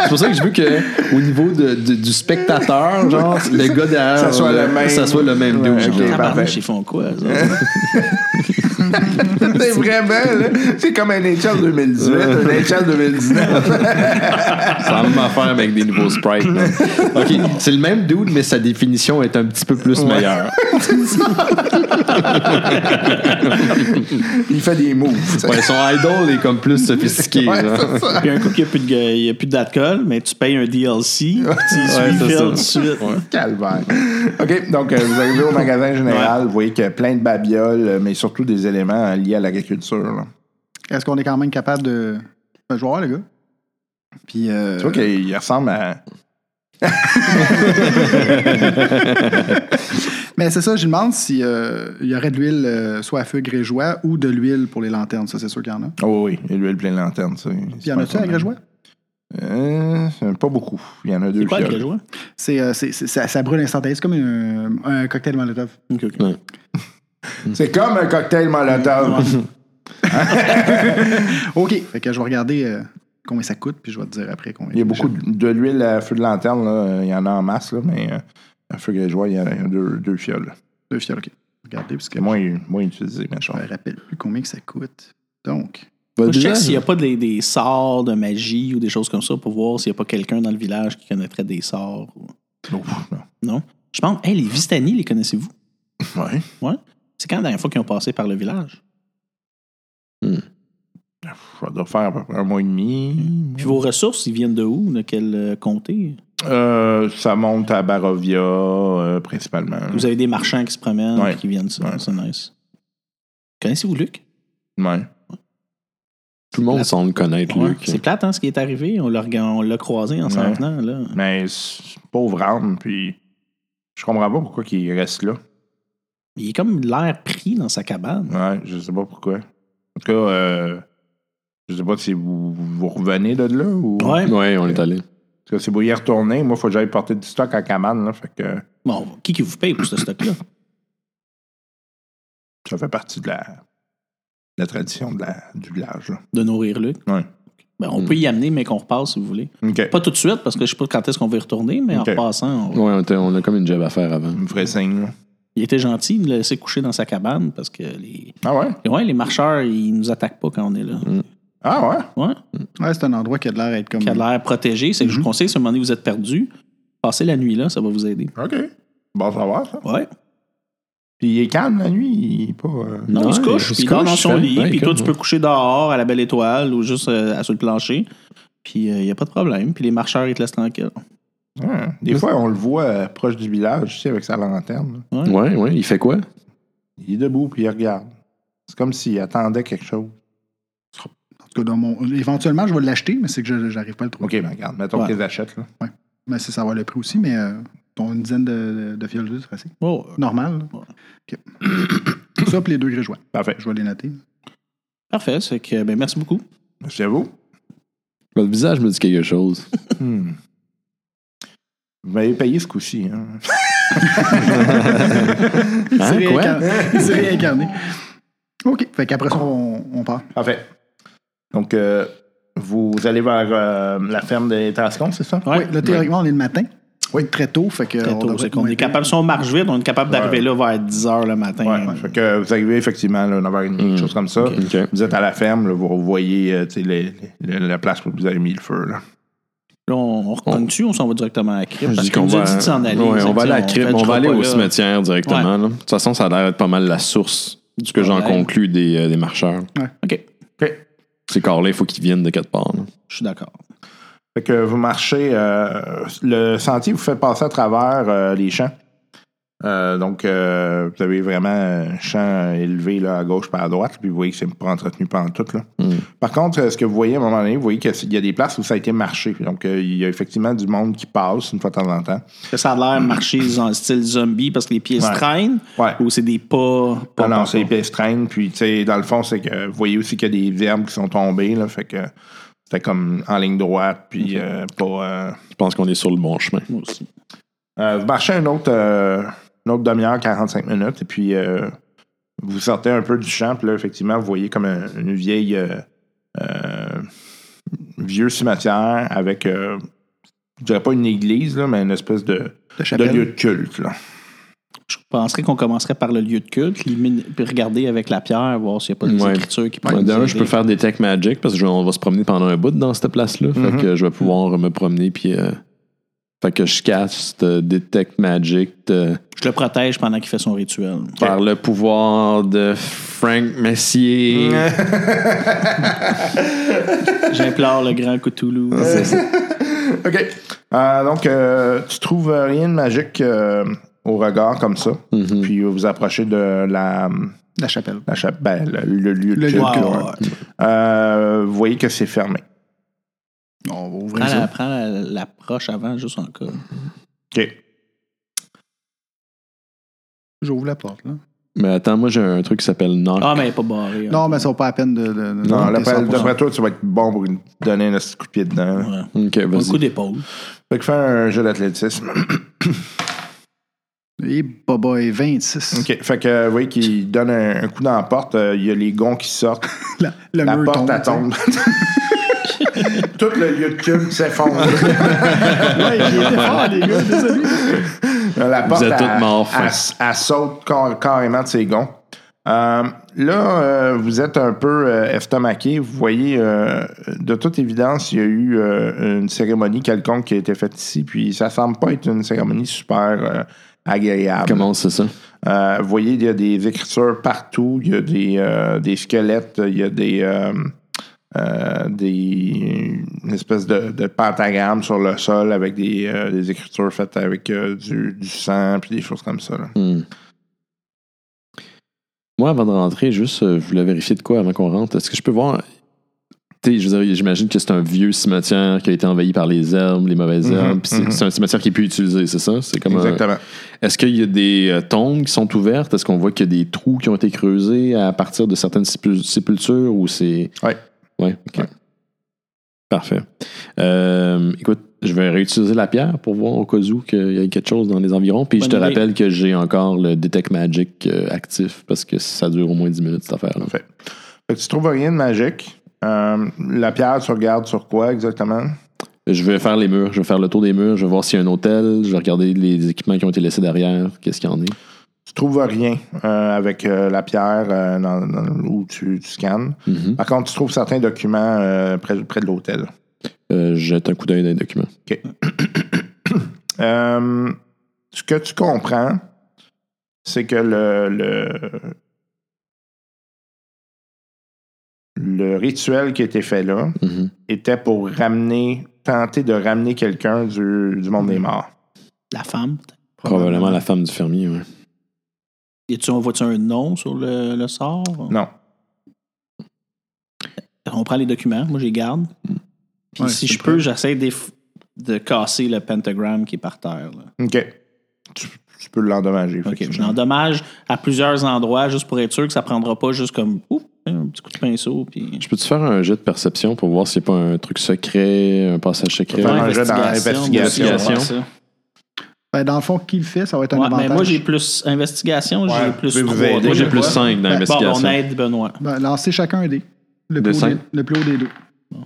[SPEAKER 1] C'est pour ça que je veux que, au niveau de- de- du spectateur, genre, le gars derrière,
[SPEAKER 2] Ça soit
[SPEAKER 1] euh,
[SPEAKER 2] le même.
[SPEAKER 1] ça soit le même
[SPEAKER 2] Ouais,
[SPEAKER 1] dude,
[SPEAKER 2] ok.
[SPEAKER 1] genre.
[SPEAKER 2] parfait.
[SPEAKER 3] Tabarnouche, ils font quoi, eux autres?
[SPEAKER 2] C'est vraiment, là, c'est comme un NHL 2018, un NHL 2019.
[SPEAKER 1] C'est la même affaire avec des nouveaux sprites.
[SPEAKER 3] (laughs)
[SPEAKER 1] man. OK, c'est le même dude, mais sa définition est un petit peu plus
[SPEAKER 3] (laughs)
[SPEAKER 1] meilleure.
[SPEAKER 2] Il fait des moves. tu sais.
[SPEAKER 1] Ouais, son idol est comme plus sophistiqué.
[SPEAKER 2] Ouais,
[SPEAKER 1] genre.
[SPEAKER 2] c'est ça.
[SPEAKER 3] Puis un coup qu'il n'y a plus de- il y a plus d'alcool, mais tu payes un DLC, puis tu y
[SPEAKER 1] Ouais,
[SPEAKER 3] suis
[SPEAKER 1] c'est
[SPEAKER 3] Phil,
[SPEAKER 1] ça.
[SPEAKER 3] tout de suite.
[SPEAKER 2] Calvaire. OK, donc euh, vous arrivez au magasin général, vous voyez qu'il y a plein de babioles, euh, mais surtout des éléments euh, liés à l'agriculture. là.
[SPEAKER 4] Est-ce qu'on est quand même capable de. Ben, je vais voir, le gars. Puis. euh,
[SPEAKER 2] Tu vois qu'il ressemble à.
[SPEAKER 4] Mais c'est ça, je lui demande s'il y aurait de l'huile euh, soit à feu grégeois ou de l'huile pour les lanternes. Ça, c'est sûr qu'il y en a. Puis
[SPEAKER 2] Oh oui, et l'huile pleine lanterne. ça.
[SPEAKER 4] il y en a-tu à grégeois?
[SPEAKER 2] Euh, pas beaucoup. Il y en a deux.
[SPEAKER 3] C'est quoi le
[SPEAKER 2] fioles.
[SPEAKER 3] joie?
[SPEAKER 4] C'est, euh, c'est- c'est- ça, ça brûle instantanément. C'est comme une- un cocktail Molotov.
[SPEAKER 2] C'est comme un cocktail
[SPEAKER 3] (laughs)
[SPEAKER 2] molotov. hein.
[SPEAKER 4] OK. Fait que je vais regarder euh, combien ça coûte, puis je vais te dire après combien.
[SPEAKER 2] Il y a beaucoup de de l'huile à feu de lanterne, là, euh, il y en a en masse, là, mais euh, à feu grégeois, il y en a deux, deux fioles.
[SPEAKER 4] de fioles. OK. Regardez, parce que
[SPEAKER 2] C'est moins, moins utilisé, ma
[SPEAKER 4] je
[SPEAKER 2] chère.
[SPEAKER 4] me rappelle plus combien que ça coûte. Donc,
[SPEAKER 3] Moi, je check s'il n'y a pas des, des sorts de magie ou des choses comme ça pour voir s'il n'y a pas quelqu'un dans le village qui connaîtrait des sorts. ou-
[SPEAKER 2] Ouf, non.
[SPEAKER 3] Non? Je pense, hey, les Vistani, les connaissez-vous?
[SPEAKER 2] Ouais.
[SPEAKER 3] Ouais. C'est quand la dernière fois qu'ils ont passé par le village?
[SPEAKER 2] Ça doit faire à peu près un mois et demi.
[SPEAKER 3] Puis vos ressources, ils viennent de où? De quel euh, comté?
[SPEAKER 2] Euh, ça monte à Barovia, euh, principalement.
[SPEAKER 3] Vous avez des marchands qui se promènent
[SPEAKER 2] Ouais.
[SPEAKER 3] et qui viennent, ça.
[SPEAKER 2] Ouais.
[SPEAKER 3] C'est nice. Connaissez-vous Luc?
[SPEAKER 2] Ouais.
[SPEAKER 1] Tout le monde semble connaître
[SPEAKER 3] Ouais.
[SPEAKER 1] Luc.
[SPEAKER 3] C'est plate, hein, ce qui est arrivé. On l'a, rega- on l'a croisé en s'en
[SPEAKER 2] Ouais.
[SPEAKER 3] venant, là.
[SPEAKER 2] Mais c'est- pauvre âme, puis je comprends pas pourquoi il reste là.
[SPEAKER 3] Il est comme l'air pris dans sa cabane.
[SPEAKER 2] Ouais, je sais pas pourquoi. En tout cas, euh, je sais pas si vous, vous revenez de là ou.
[SPEAKER 3] Ouais.
[SPEAKER 1] Ouais, on est allé.
[SPEAKER 2] Parce que si vous y retournez, moi, il faut que j'aille porter du stock à Kaman, là. Fait que
[SPEAKER 3] Bon, qui qui vous paye pour ce stock-là?
[SPEAKER 2] ça fait partie de la, de la tradition de la, du village, là.
[SPEAKER 3] De nourrir Luc?
[SPEAKER 2] Ouais.
[SPEAKER 3] Ben, on peut y amener, mais qu'on repasse, si vous voulez.
[SPEAKER 2] OK.
[SPEAKER 3] Pas tout de suite, parce que je sais pas quand est-ce qu'on va y retourner, mais en
[SPEAKER 2] Ok.
[SPEAKER 3] repassant, on-
[SPEAKER 1] Ouais, on, était- on a comme une job à faire avant.
[SPEAKER 2] Vous me ferez signe, là.
[SPEAKER 3] il était gentil, il nous laissait coucher dans sa cabane, parce que les,
[SPEAKER 2] Ah ouais?
[SPEAKER 3] ouais, les marcheurs, ils nous attaquent pas quand on est là.
[SPEAKER 2] Ah ouais?
[SPEAKER 3] Ouais.
[SPEAKER 4] ouais, c'est un endroit qui a de l'air d'être comme.
[SPEAKER 3] Qui a
[SPEAKER 1] Mhm.
[SPEAKER 3] l'air protégé. C'est que je vous conseille, si à un moment donné vous êtes perdu, passez la nuit là, ça va vous aider.
[SPEAKER 2] OK. Bon à savoir, ça.
[SPEAKER 3] Ouais.
[SPEAKER 2] Puis il est calme la nuit, il est pas. euh,
[SPEAKER 3] Non,
[SPEAKER 1] Ouais,
[SPEAKER 3] il se couche,
[SPEAKER 1] il se
[SPEAKER 3] puis il dort
[SPEAKER 1] couche,
[SPEAKER 3] dans son
[SPEAKER 1] hein.
[SPEAKER 3] lit,
[SPEAKER 1] Ouais,
[SPEAKER 3] puis toi,
[SPEAKER 1] comme-
[SPEAKER 3] tu peux coucher dehors à la belle étoile ou juste euh, sur le plancher. Puis il n'y a pas de problème. Puis les marcheurs, ils te laissent tranquille.
[SPEAKER 2] hein. Des fois, on le voit euh, proche du village, tu sais, avec sa lanterne. là.
[SPEAKER 1] Ouais, ouais, il fait quoi?
[SPEAKER 2] Il est debout, puis il regarde. C'est comme s'il attendait quelque chose.
[SPEAKER 4] En tout cas, dans mon- éventuellement, je vais l'acheter, mais c'est que je j'arrive pas à le trouver.
[SPEAKER 2] OK, ben regarde, mettons
[SPEAKER 3] Ouais.
[SPEAKER 2] qu'ils achètent, là.
[SPEAKER 4] Mais c'est ça va le prix aussi, mais euh, ton une dizaine de, de fioles d'huile, c'est facile.
[SPEAKER 3] Oh,
[SPEAKER 4] Normal. là. OK. (coughs) ça, puis les deux grégeois.
[SPEAKER 2] Parfait.
[SPEAKER 4] Je vais les noter.
[SPEAKER 3] Hein? Parfait, c'est que ben, merci beaucoup.
[SPEAKER 2] Merci à vous.
[SPEAKER 1] Votre visage me dit quelque chose.
[SPEAKER 2] Hmm. Vous m'avez payé ce coup-ci, hein.
[SPEAKER 1] Hein, quoi?
[SPEAKER 3] (laughs)
[SPEAKER 4] Il s'est réincarné. OK. Fait qu'après ça, on, on part.
[SPEAKER 2] Parfait. Donc, euh, vous allez vers euh, la ferme des Tarascons, c'est ça?
[SPEAKER 4] Oui, là, théoriquement, on est le matin. Oui. Très tôt, fait
[SPEAKER 1] Euh,
[SPEAKER 4] que.
[SPEAKER 3] Très
[SPEAKER 4] on
[SPEAKER 3] tôt,
[SPEAKER 4] devrait
[SPEAKER 3] c'est
[SPEAKER 4] être
[SPEAKER 3] qu'on
[SPEAKER 4] moins
[SPEAKER 3] est capable, si on marche vite, on est capable d'arriver là vers 10 h le matin.
[SPEAKER 2] Ouais, Fait que vous arrivez effectivement là, 9h30, quelque chose comme ça.
[SPEAKER 1] Mm. OK.
[SPEAKER 2] Vous êtes à la ferme, là, vous voyez euh, tu sais, les- les- la place où vous avez mis le feu. Là.
[SPEAKER 3] Là, on, on reconne dessus, on s'en va directement à la crypte.
[SPEAKER 1] Je
[SPEAKER 3] Parce
[SPEAKER 1] dis
[SPEAKER 3] qu'on
[SPEAKER 1] qu'on
[SPEAKER 3] nous a
[SPEAKER 1] va,
[SPEAKER 3] dit de s'en aller.
[SPEAKER 1] ouais,
[SPEAKER 3] Ils ont
[SPEAKER 1] on va
[SPEAKER 3] dit,
[SPEAKER 1] aller à la
[SPEAKER 3] on
[SPEAKER 1] crypte, mais on
[SPEAKER 3] touchera
[SPEAKER 1] va aller
[SPEAKER 3] pas
[SPEAKER 1] au
[SPEAKER 3] là.
[SPEAKER 1] cimetière directement. là. De toute façon, ça a l'air d'être pas mal la source du que j'en
[SPEAKER 3] Ouais.
[SPEAKER 1] conclus des, euh, des marcheurs.
[SPEAKER 3] OK,
[SPEAKER 1] Ces corps-là, il faut qu'ils viennent de quelque part. là.
[SPEAKER 3] je suis d'accord.
[SPEAKER 2] Fait que vous marchez, euh, le sentier vous fait passer à travers euh, les champs. Euh, donc, euh, vous avez vraiment un champ élevé là, à gauche par à droite, puis vous voyez que c'est pas entretenu pendant tout. Là.
[SPEAKER 1] Mm.
[SPEAKER 2] Par contre, euh, ce que vous voyez à un moment donné, vous voyez qu'il y a des places où ça a été marché. Donc, euh, il y a effectivement du monde qui passe une fois de temps en temps.
[SPEAKER 3] Que ça a l'air marcher en style zombie parce que les pieds se
[SPEAKER 2] Ouais.
[SPEAKER 3] traînent
[SPEAKER 2] Ouais.
[SPEAKER 3] ou c'est des pas. pas
[SPEAKER 2] Ah non,
[SPEAKER 3] pas-
[SPEAKER 2] c'est pédestrienne. Puis, tu sais, dans le fond, c'est que vous voyez aussi qu'il y a des verbes qui sont tombées. Là, fait que c'était comme en ligne droite, puis euh, pas. euh,
[SPEAKER 1] Je pense qu'on est sur le bon chemin.
[SPEAKER 3] Moi aussi.
[SPEAKER 2] Euh, vous marchez un autre, euh, une autre demi-heure, 45 minutes, et puis euh, vous sortez un peu du champ, puis là, effectivement, vous voyez comme un- une vieille. euh, euh, vieux cimetière avec. euh, je dirais pas une église, là, mais une espèce de,
[SPEAKER 4] De
[SPEAKER 2] de
[SPEAKER 4] chapelle.
[SPEAKER 2] lieu de culte. là.
[SPEAKER 3] Je penserais qu'on commencerait par le lieu de culte, limite, puis regarder avec la pierre, voir s'il n'y a pas des
[SPEAKER 1] Ouais.
[SPEAKER 3] écritures qui
[SPEAKER 1] Ouais,
[SPEAKER 3] pourraient
[SPEAKER 1] D'ailleurs,
[SPEAKER 3] nous
[SPEAKER 1] je peux
[SPEAKER 3] aider.
[SPEAKER 1] faire des tech magic parce qu'on va se promener pendant un bout dans cette place-là. Fait que je vais pouvoir me promener puis. euh, fait que je caste euh, Detect Magic de-
[SPEAKER 3] Je le protège pendant qu'il fait son rituel.
[SPEAKER 1] par le pouvoir de Frank Messier.
[SPEAKER 3] (laughs) J'implore le grand Cthulhu.
[SPEAKER 2] (laughs) OK. Euh, donc, euh, tu trouves rien de magique euh, au regard comme ça,
[SPEAKER 1] Mhm.
[SPEAKER 2] puis vous vous approchez de la,
[SPEAKER 4] La chapelle.
[SPEAKER 2] la chapelle, le, le lieu de
[SPEAKER 4] Le lieu
[SPEAKER 2] culte.
[SPEAKER 4] de
[SPEAKER 2] là,
[SPEAKER 3] Wow.
[SPEAKER 2] ouais. Euh, vous voyez que c'est fermé.
[SPEAKER 4] On va
[SPEAKER 3] Prends
[SPEAKER 4] ouvrir
[SPEAKER 3] la-
[SPEAKER 4] ça.
[SPEAKER 3] prends la- l'approche avant, juste en cas.
[SPEAKER 2] OK.
[SPEAKER 4] J'ouvre la porte. Là.
[SPEAKER 1] Mais attends, moi j'ai un truc qui s'appelle Knock.
[SPEAKER 3] Ah, mais elle est pas barré.
[SPEAKER 4] Non, mais ça vaut pas la peine de. de- de-
[SPEAKER 2] Non,
[SPEAKER 4] de-
[SPEAKER 2] d'après,
[SPEAKER 4] 100%.
[SPEAKER 2] d'après toi, tu vas être bon pour lui donner un petit coup de pied dedans. là.
[SPEAKER 3] Ouais.
[SPEAKER 1] Ok,
[SPEAKER 3] Un coup
[SPEAKER 1] vas-y.
[SPEAKER 3] d'épaule.
[SPEAKER 2] Fait que fais un jeu d'athlétisme. (clears throat)
[SPEAKER 4] Et Baba est 26.
[SPEAKER 2] OK. Fait que, euh, vous voyez qu'il donne un, un coup dans la porte, euh, il y a les gonds qui sortent,
[SPEAKER 4] La, le
[SPEAKER 2] la
[SPEAKER 4] mur
[SPEAKER 2] porte,
[SPEAKER 4] tombe,
[SPEAKER 2] elle tombe. (laughs) Tout le lieu de culte s'effondre.
[SPEAKER 4] Ouais, il était fort, les gars,
[SPEAKER 3] (laughs)
[SPEAKER 4] désolé.
[SPEAKER 2] La porte,
[SPEAKER 1] êtes
[SPEAKER 2] elle-
[SPEAKER 1] tous morts,
[SPEAKER 2] elle-
[SPEAKER 1] face.
[SPEAKER 2] elle saute car- carrément de ses gonds. Euh, là, euh, vous êtes un peu euh, estomaqué. Vous voyez, euh, de toute évidence, il y a eu euh, une cérémonie quelconque qui a été faite ici, puis ça semble pas être une cérémonie super euh, agréable.
[SPEAKER 1] Comment c'est ça?
[SPEAKER 2] Euh, vous voyez, il y a des écritures partout, il y a des, euh, des squelettes, il y a des, euh, euh, des une espèce de, de pentagramme sur le sol avec des, euh, des écritures faites avec euh, du, du sang puis des choses comme ça. là.
[SPEAKER 1] Hmm. Moi, avant de rentrer, juste, euh, je voulais vérifier de quoi avant qu'on rentre. Est-ce que je peux voir. Tu sais, je veux dire, j'imagine que c'est un vieux cimetière qui a été envahi par les herbes, les mauvaises
[SPEAKER 2] Mhm,
[SPEAKER 1] herbes. puis c'est
[SPEAKER 2] mhm.
[SPEAKER 1] c'est un cimetière qui est plus utilisé, c'est ça? C'est comme euh, un-
[SPEAKER 2] Exactement.
[SPEAKER 1] Est-ce qu'il y a des euh, tombes qui sont ouvertes? Est-ce qu'on voit qu'il y a des trous qui ont été creusés à partir de certaines sépu- sépultures ou c'est.
[SPEAKER 2] Ouais.
[SPEAKER 1] Ouais, ok.
[SPEAKER 2] Ouais.
[SPEAKER 1] Parfait. Euh, écoute, je vais réutiliser la pierre pour voir au cas où qu'il y a quelque chose dans les environs. Puis je te
[SPEAKER 3] Bonne idée.
[SPEAKER 1] rappelle que j'ai encore le Detect Magic euh, actif parce que ça dure au moins 10 minutes cette affaire-là.
[SPEAKER 2] Parfait. Fait que tu trouves rien de magique. Euh, la pierre, tu regardes sur quoi exactement?
[SPEAKER 1] Je vais faire les murs, je vais faire le tour des murs, je vais voir s'il y a un hôtel, je vais regarder les équipements qui ont été laissés derrière, qu'est-ce qu'il y en a.
[SPEAKER 2] Tu trouves rien euh, avec euh, la pierre euh, dans- dans- où tu, tu scannes.
[SPEAKER 1] Mhm.
[SPEAKER 2] Par contre, tu trouves certains documents euh, près- près de l'hôtel.
[SPEAKER 1] Euh, je jette un coup d'œil dans les documents.
[SPEAKER 2] Euh, ce que tu comprends, c'est que le, le, le rituel qui était fait là
[SPEAKER 1] Mhm.
[SPEAKER 2] était pour ramener, tenter de ramener quelqu'un du, du monde des morts.
[SPEAKER 3] La femme.
[SPEAKER 1] Probablement la femme du fermier, ouais.
[SPEAKER 3] Y a-tu- on voit-tu un nom sur le, le sort?
[SPEAKER 2] Non.
[SPEAKER 3] On prend les documents, moi je les garde.
[SPEAKER 1] Mm.
[SPEAKER 3] Puis
[SPEAKER 4] Ouais,
[SPEAKER 3] si
[SPEAKER 4] c'est
[SPEAKER 3] je peux, j'essaie d'eff- de casser le pentagramme qui est par terre. là.
[SPEAKER 2] OK. Tu, tu peux l'endommager.
[SPEAKER 3] Ok, je
[SPEAKER 2] effectivement.
[SPEAKER 3] l'endommage à plusieurs endroits juste pour être sûr que ça prendra pas juste comme ouf, un petit coup de pinceau. Puis...
[SPEAKER 1] Je peux-tu faire un jet de perception pour voir s'il n'y a pas un truc secret, un passage secret?
[SPEAKER 2] Faire un jet dans
[SPEAKER 1] investigation.
[SPEAKER 3] investigation.
[SPEAKER 4] Ben, dans le fond, qui le fait, ça va être un
[SPEAKER 3] Ouais, mais
[SPEAKER 4] avantage.
[SPEAKER 3] moi j'ai plus investigation,
[SPEAKER 2] Ouais,
[SPEAKER 3] j'ai plus
[SPEAKER 2] vous pouvez vous
[SPEAKER 3] trois.
[SPEAKER 2] aider,
[SPEAKER 1] Moi, j'ai
[SPEAKER 2] Ouais.
[SPEAKER 1] plus 5 dans
[SPEAKER 4] Bon,
[SPEAKER 3] Bon, ben,
[SPEAKER 1] l'investigation.
[SPEAKER 3] on aide Benoît.
[SPEAKER 4] Ben, lancez chacun un dé. Le
[SPEAKER 1] De
[SPEAKER 4] plus, haut
[SPEAKER 1] cinq?
[SPEAKER 4] des, le plus haut des deux.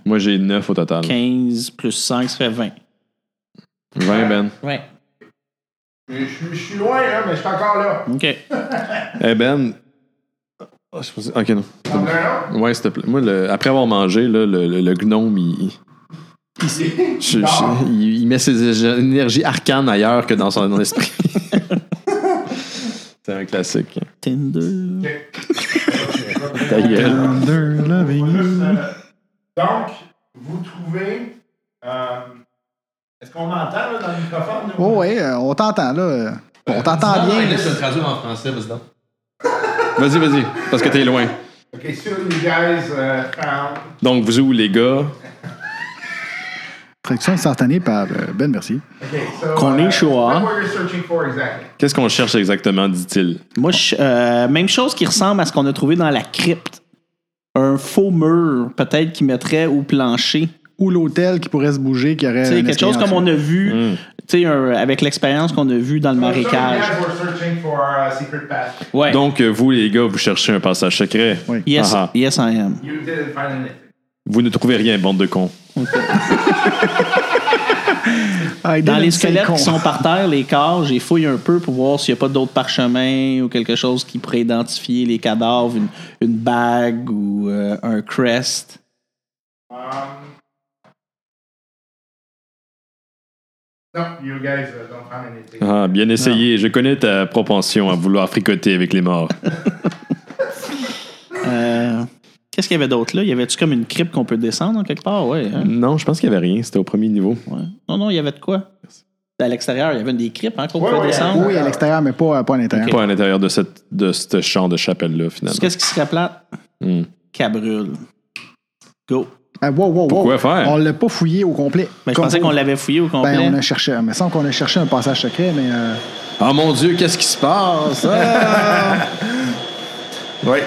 [SPEAKER 1] Moi, j'ai 9 au total.
[SPEAKER 3] 15 plus 5, ça fait 20.
[SPEAKER 1] 20, Ben.
[SPEAKER 3] Ouais.
[SPEAKER 2] Je, suis- je suis loin, là, mais je suis encore là.
[SPEAKER 3] OK.
[SPEAKER 1] Eh, Ben. Ah, je pensais- Ok, non.
[SPEAKER 2] T'en veux un autre?
[SPEAKER 1] Ouais, s'il te plaît. Moi, le- après avoir mangé, là, le, le- le gnome, il. il- je- je- il, il met ses ég- énergies arcanes ailleurs que dans son (laughs) esprit. C'est un classique.
[SPEAKER 3] Tinder.
[SPEAKER 1] Ta gueule.
[SPEAKER 4] Under loving you.
[SPEAKER 2] Donc, vous trouvez. euh, Est-ce qu'on m'entend dans le microphone?
[SPEAKER 4] Oh, ouais, euh, on t'entend, là. euh, On t'entend bien.
[SPEAKER 5] Je vais le traduire en français, vas-y donc.
[SPEAKER 1] Vas-y, vas-y, parce que t'es loin.
[SPEAKER 6] Okay, soon you guys
[SPEAKER 2] euh,
[SPEAKER 6] uh, found
[SPEAKER 1] Donc, vous où, les gars?
[SPEAKER 4] Traduction instantanée par euh, Ben Mercier.
[SPEAKER 6] Okay, so uh,
[SPEAKER 3] Qu'on est chaud,
[SPEAKER 6] what
[SPEAKER 3] hein?
[SPEAKER 6] you're searching for exactly.
[SPEAKER 1] Qu'est-ce qu'on cherche exactement, dit-il?
[SPEAKER 3] Moi, je- euh, même chose qui ressemble à ce qu'on a trouvé dans la crypte. Un faux mur, peut-être, qui mettrait au plancher.
[SPEAKER 4] Ou l'hôtel qui pourrait se bouger, qui aurait.
[SPEAKER 3] Tu sais,
[SPEAKER 4] une
[SPEAKER 3] quelque chose comme on a vu,
[SPEAKER 1] Mm.
[SPEAKER 3] tu sais, un- avec l'expérience qu'on a vue dans le
[SPEAKER 6] So you
[SPEAKER 3] marécage.
[SPEAKER 6] guys were searching for a secret path.
[SPEAKER 3] Ouais.
[SPEAKER 1] Donc, euh, vous, les gars, vous cherchez un passage secret.
[SPEAKER 4] Oui.
[SPEAKER 3] yes,
[SPEAKER 1] Ah ah.
[SPEAKER 3] yes, I am.
[SPEAKER 6] You didn't find anything.
[SPEAKER 1] Vous ne trouvez rien, bande de cons.
[SPEAKER 4] Ah,
[SPEAKER 3] Dans
[SPEAKER 4] Dylan,
[SPEAKER 3] les
[SPEAKER 4] c'est
[SPEAKER 3] squelettes
[SPEAKER 4] con.
[SPEAKER 3] qui sont par terre, les corps, j'ai fouillé un peu pour voir s'il n'y a pas d'autres parchemins ou quelque chose qui pourrait identifier les cadavres, une, une bague ou euh, un crest.
[SPEAKER 6] Um, no, you guys uh, don't find anything.
[SPEAKER 1] Ah, bien essayé. Je connais ta propension à vouloir fricoter avec les morts.
[SPEAKER 3] Euh, Qu'est-ce qu'il y avait d'autre là? Y avait-tu comme une crypte qu'on peut descendre en quelque part? Ouais, hein?
[SPEAKER 1] non, je pense qu'il n'y avait rien. C'était au premier niveau.
[SPEAKER 3] Ouais. Non, non, il y avait de quoi? À l'extérieur, il y avait une des cryptes hein, qu'on
[SPEAKER 6] Ouais,
[SPEAKER 3] pouvait
[SPEAKER 6] ouais,
[SPEAKER 3] descendre.
[SPEAKER 4] Ah, Oui, à l'extérieur, mais pas, pas à l'intérieur.
[SPEAKER 1] Pas à l'intérieur de, cette, de ce champ de chapelle-là, finalement.
[SPEAKER 3] Qu'est-ce qui serait plate?
[SPEAKER 1] Hmm.
[SPEAKER 3] Cabrule. Go.
[SPEAKER 4] Ah, wow, wow, wow.
[SPEAKER 1] Pourquoi faire?
[SPEAKER 4] On l'a pas fouillé au complet.
[SPEAKER 3] Ben, je
[SPEAKER 4] Comme
[SPEAKER 3] pensais
[SPEAKER 4] vous-
[SPEAKER 3] qu'on l'avait fouillé au complet.
[SPEAKER 4] Ben, on a cherché. Il me semble qu'on a cherché un passage secret, mais. euh,
[SPEAKER 1] Ah mon Dieu, qu'est-ce qui se passe?
[SPEAKER 2] Oui,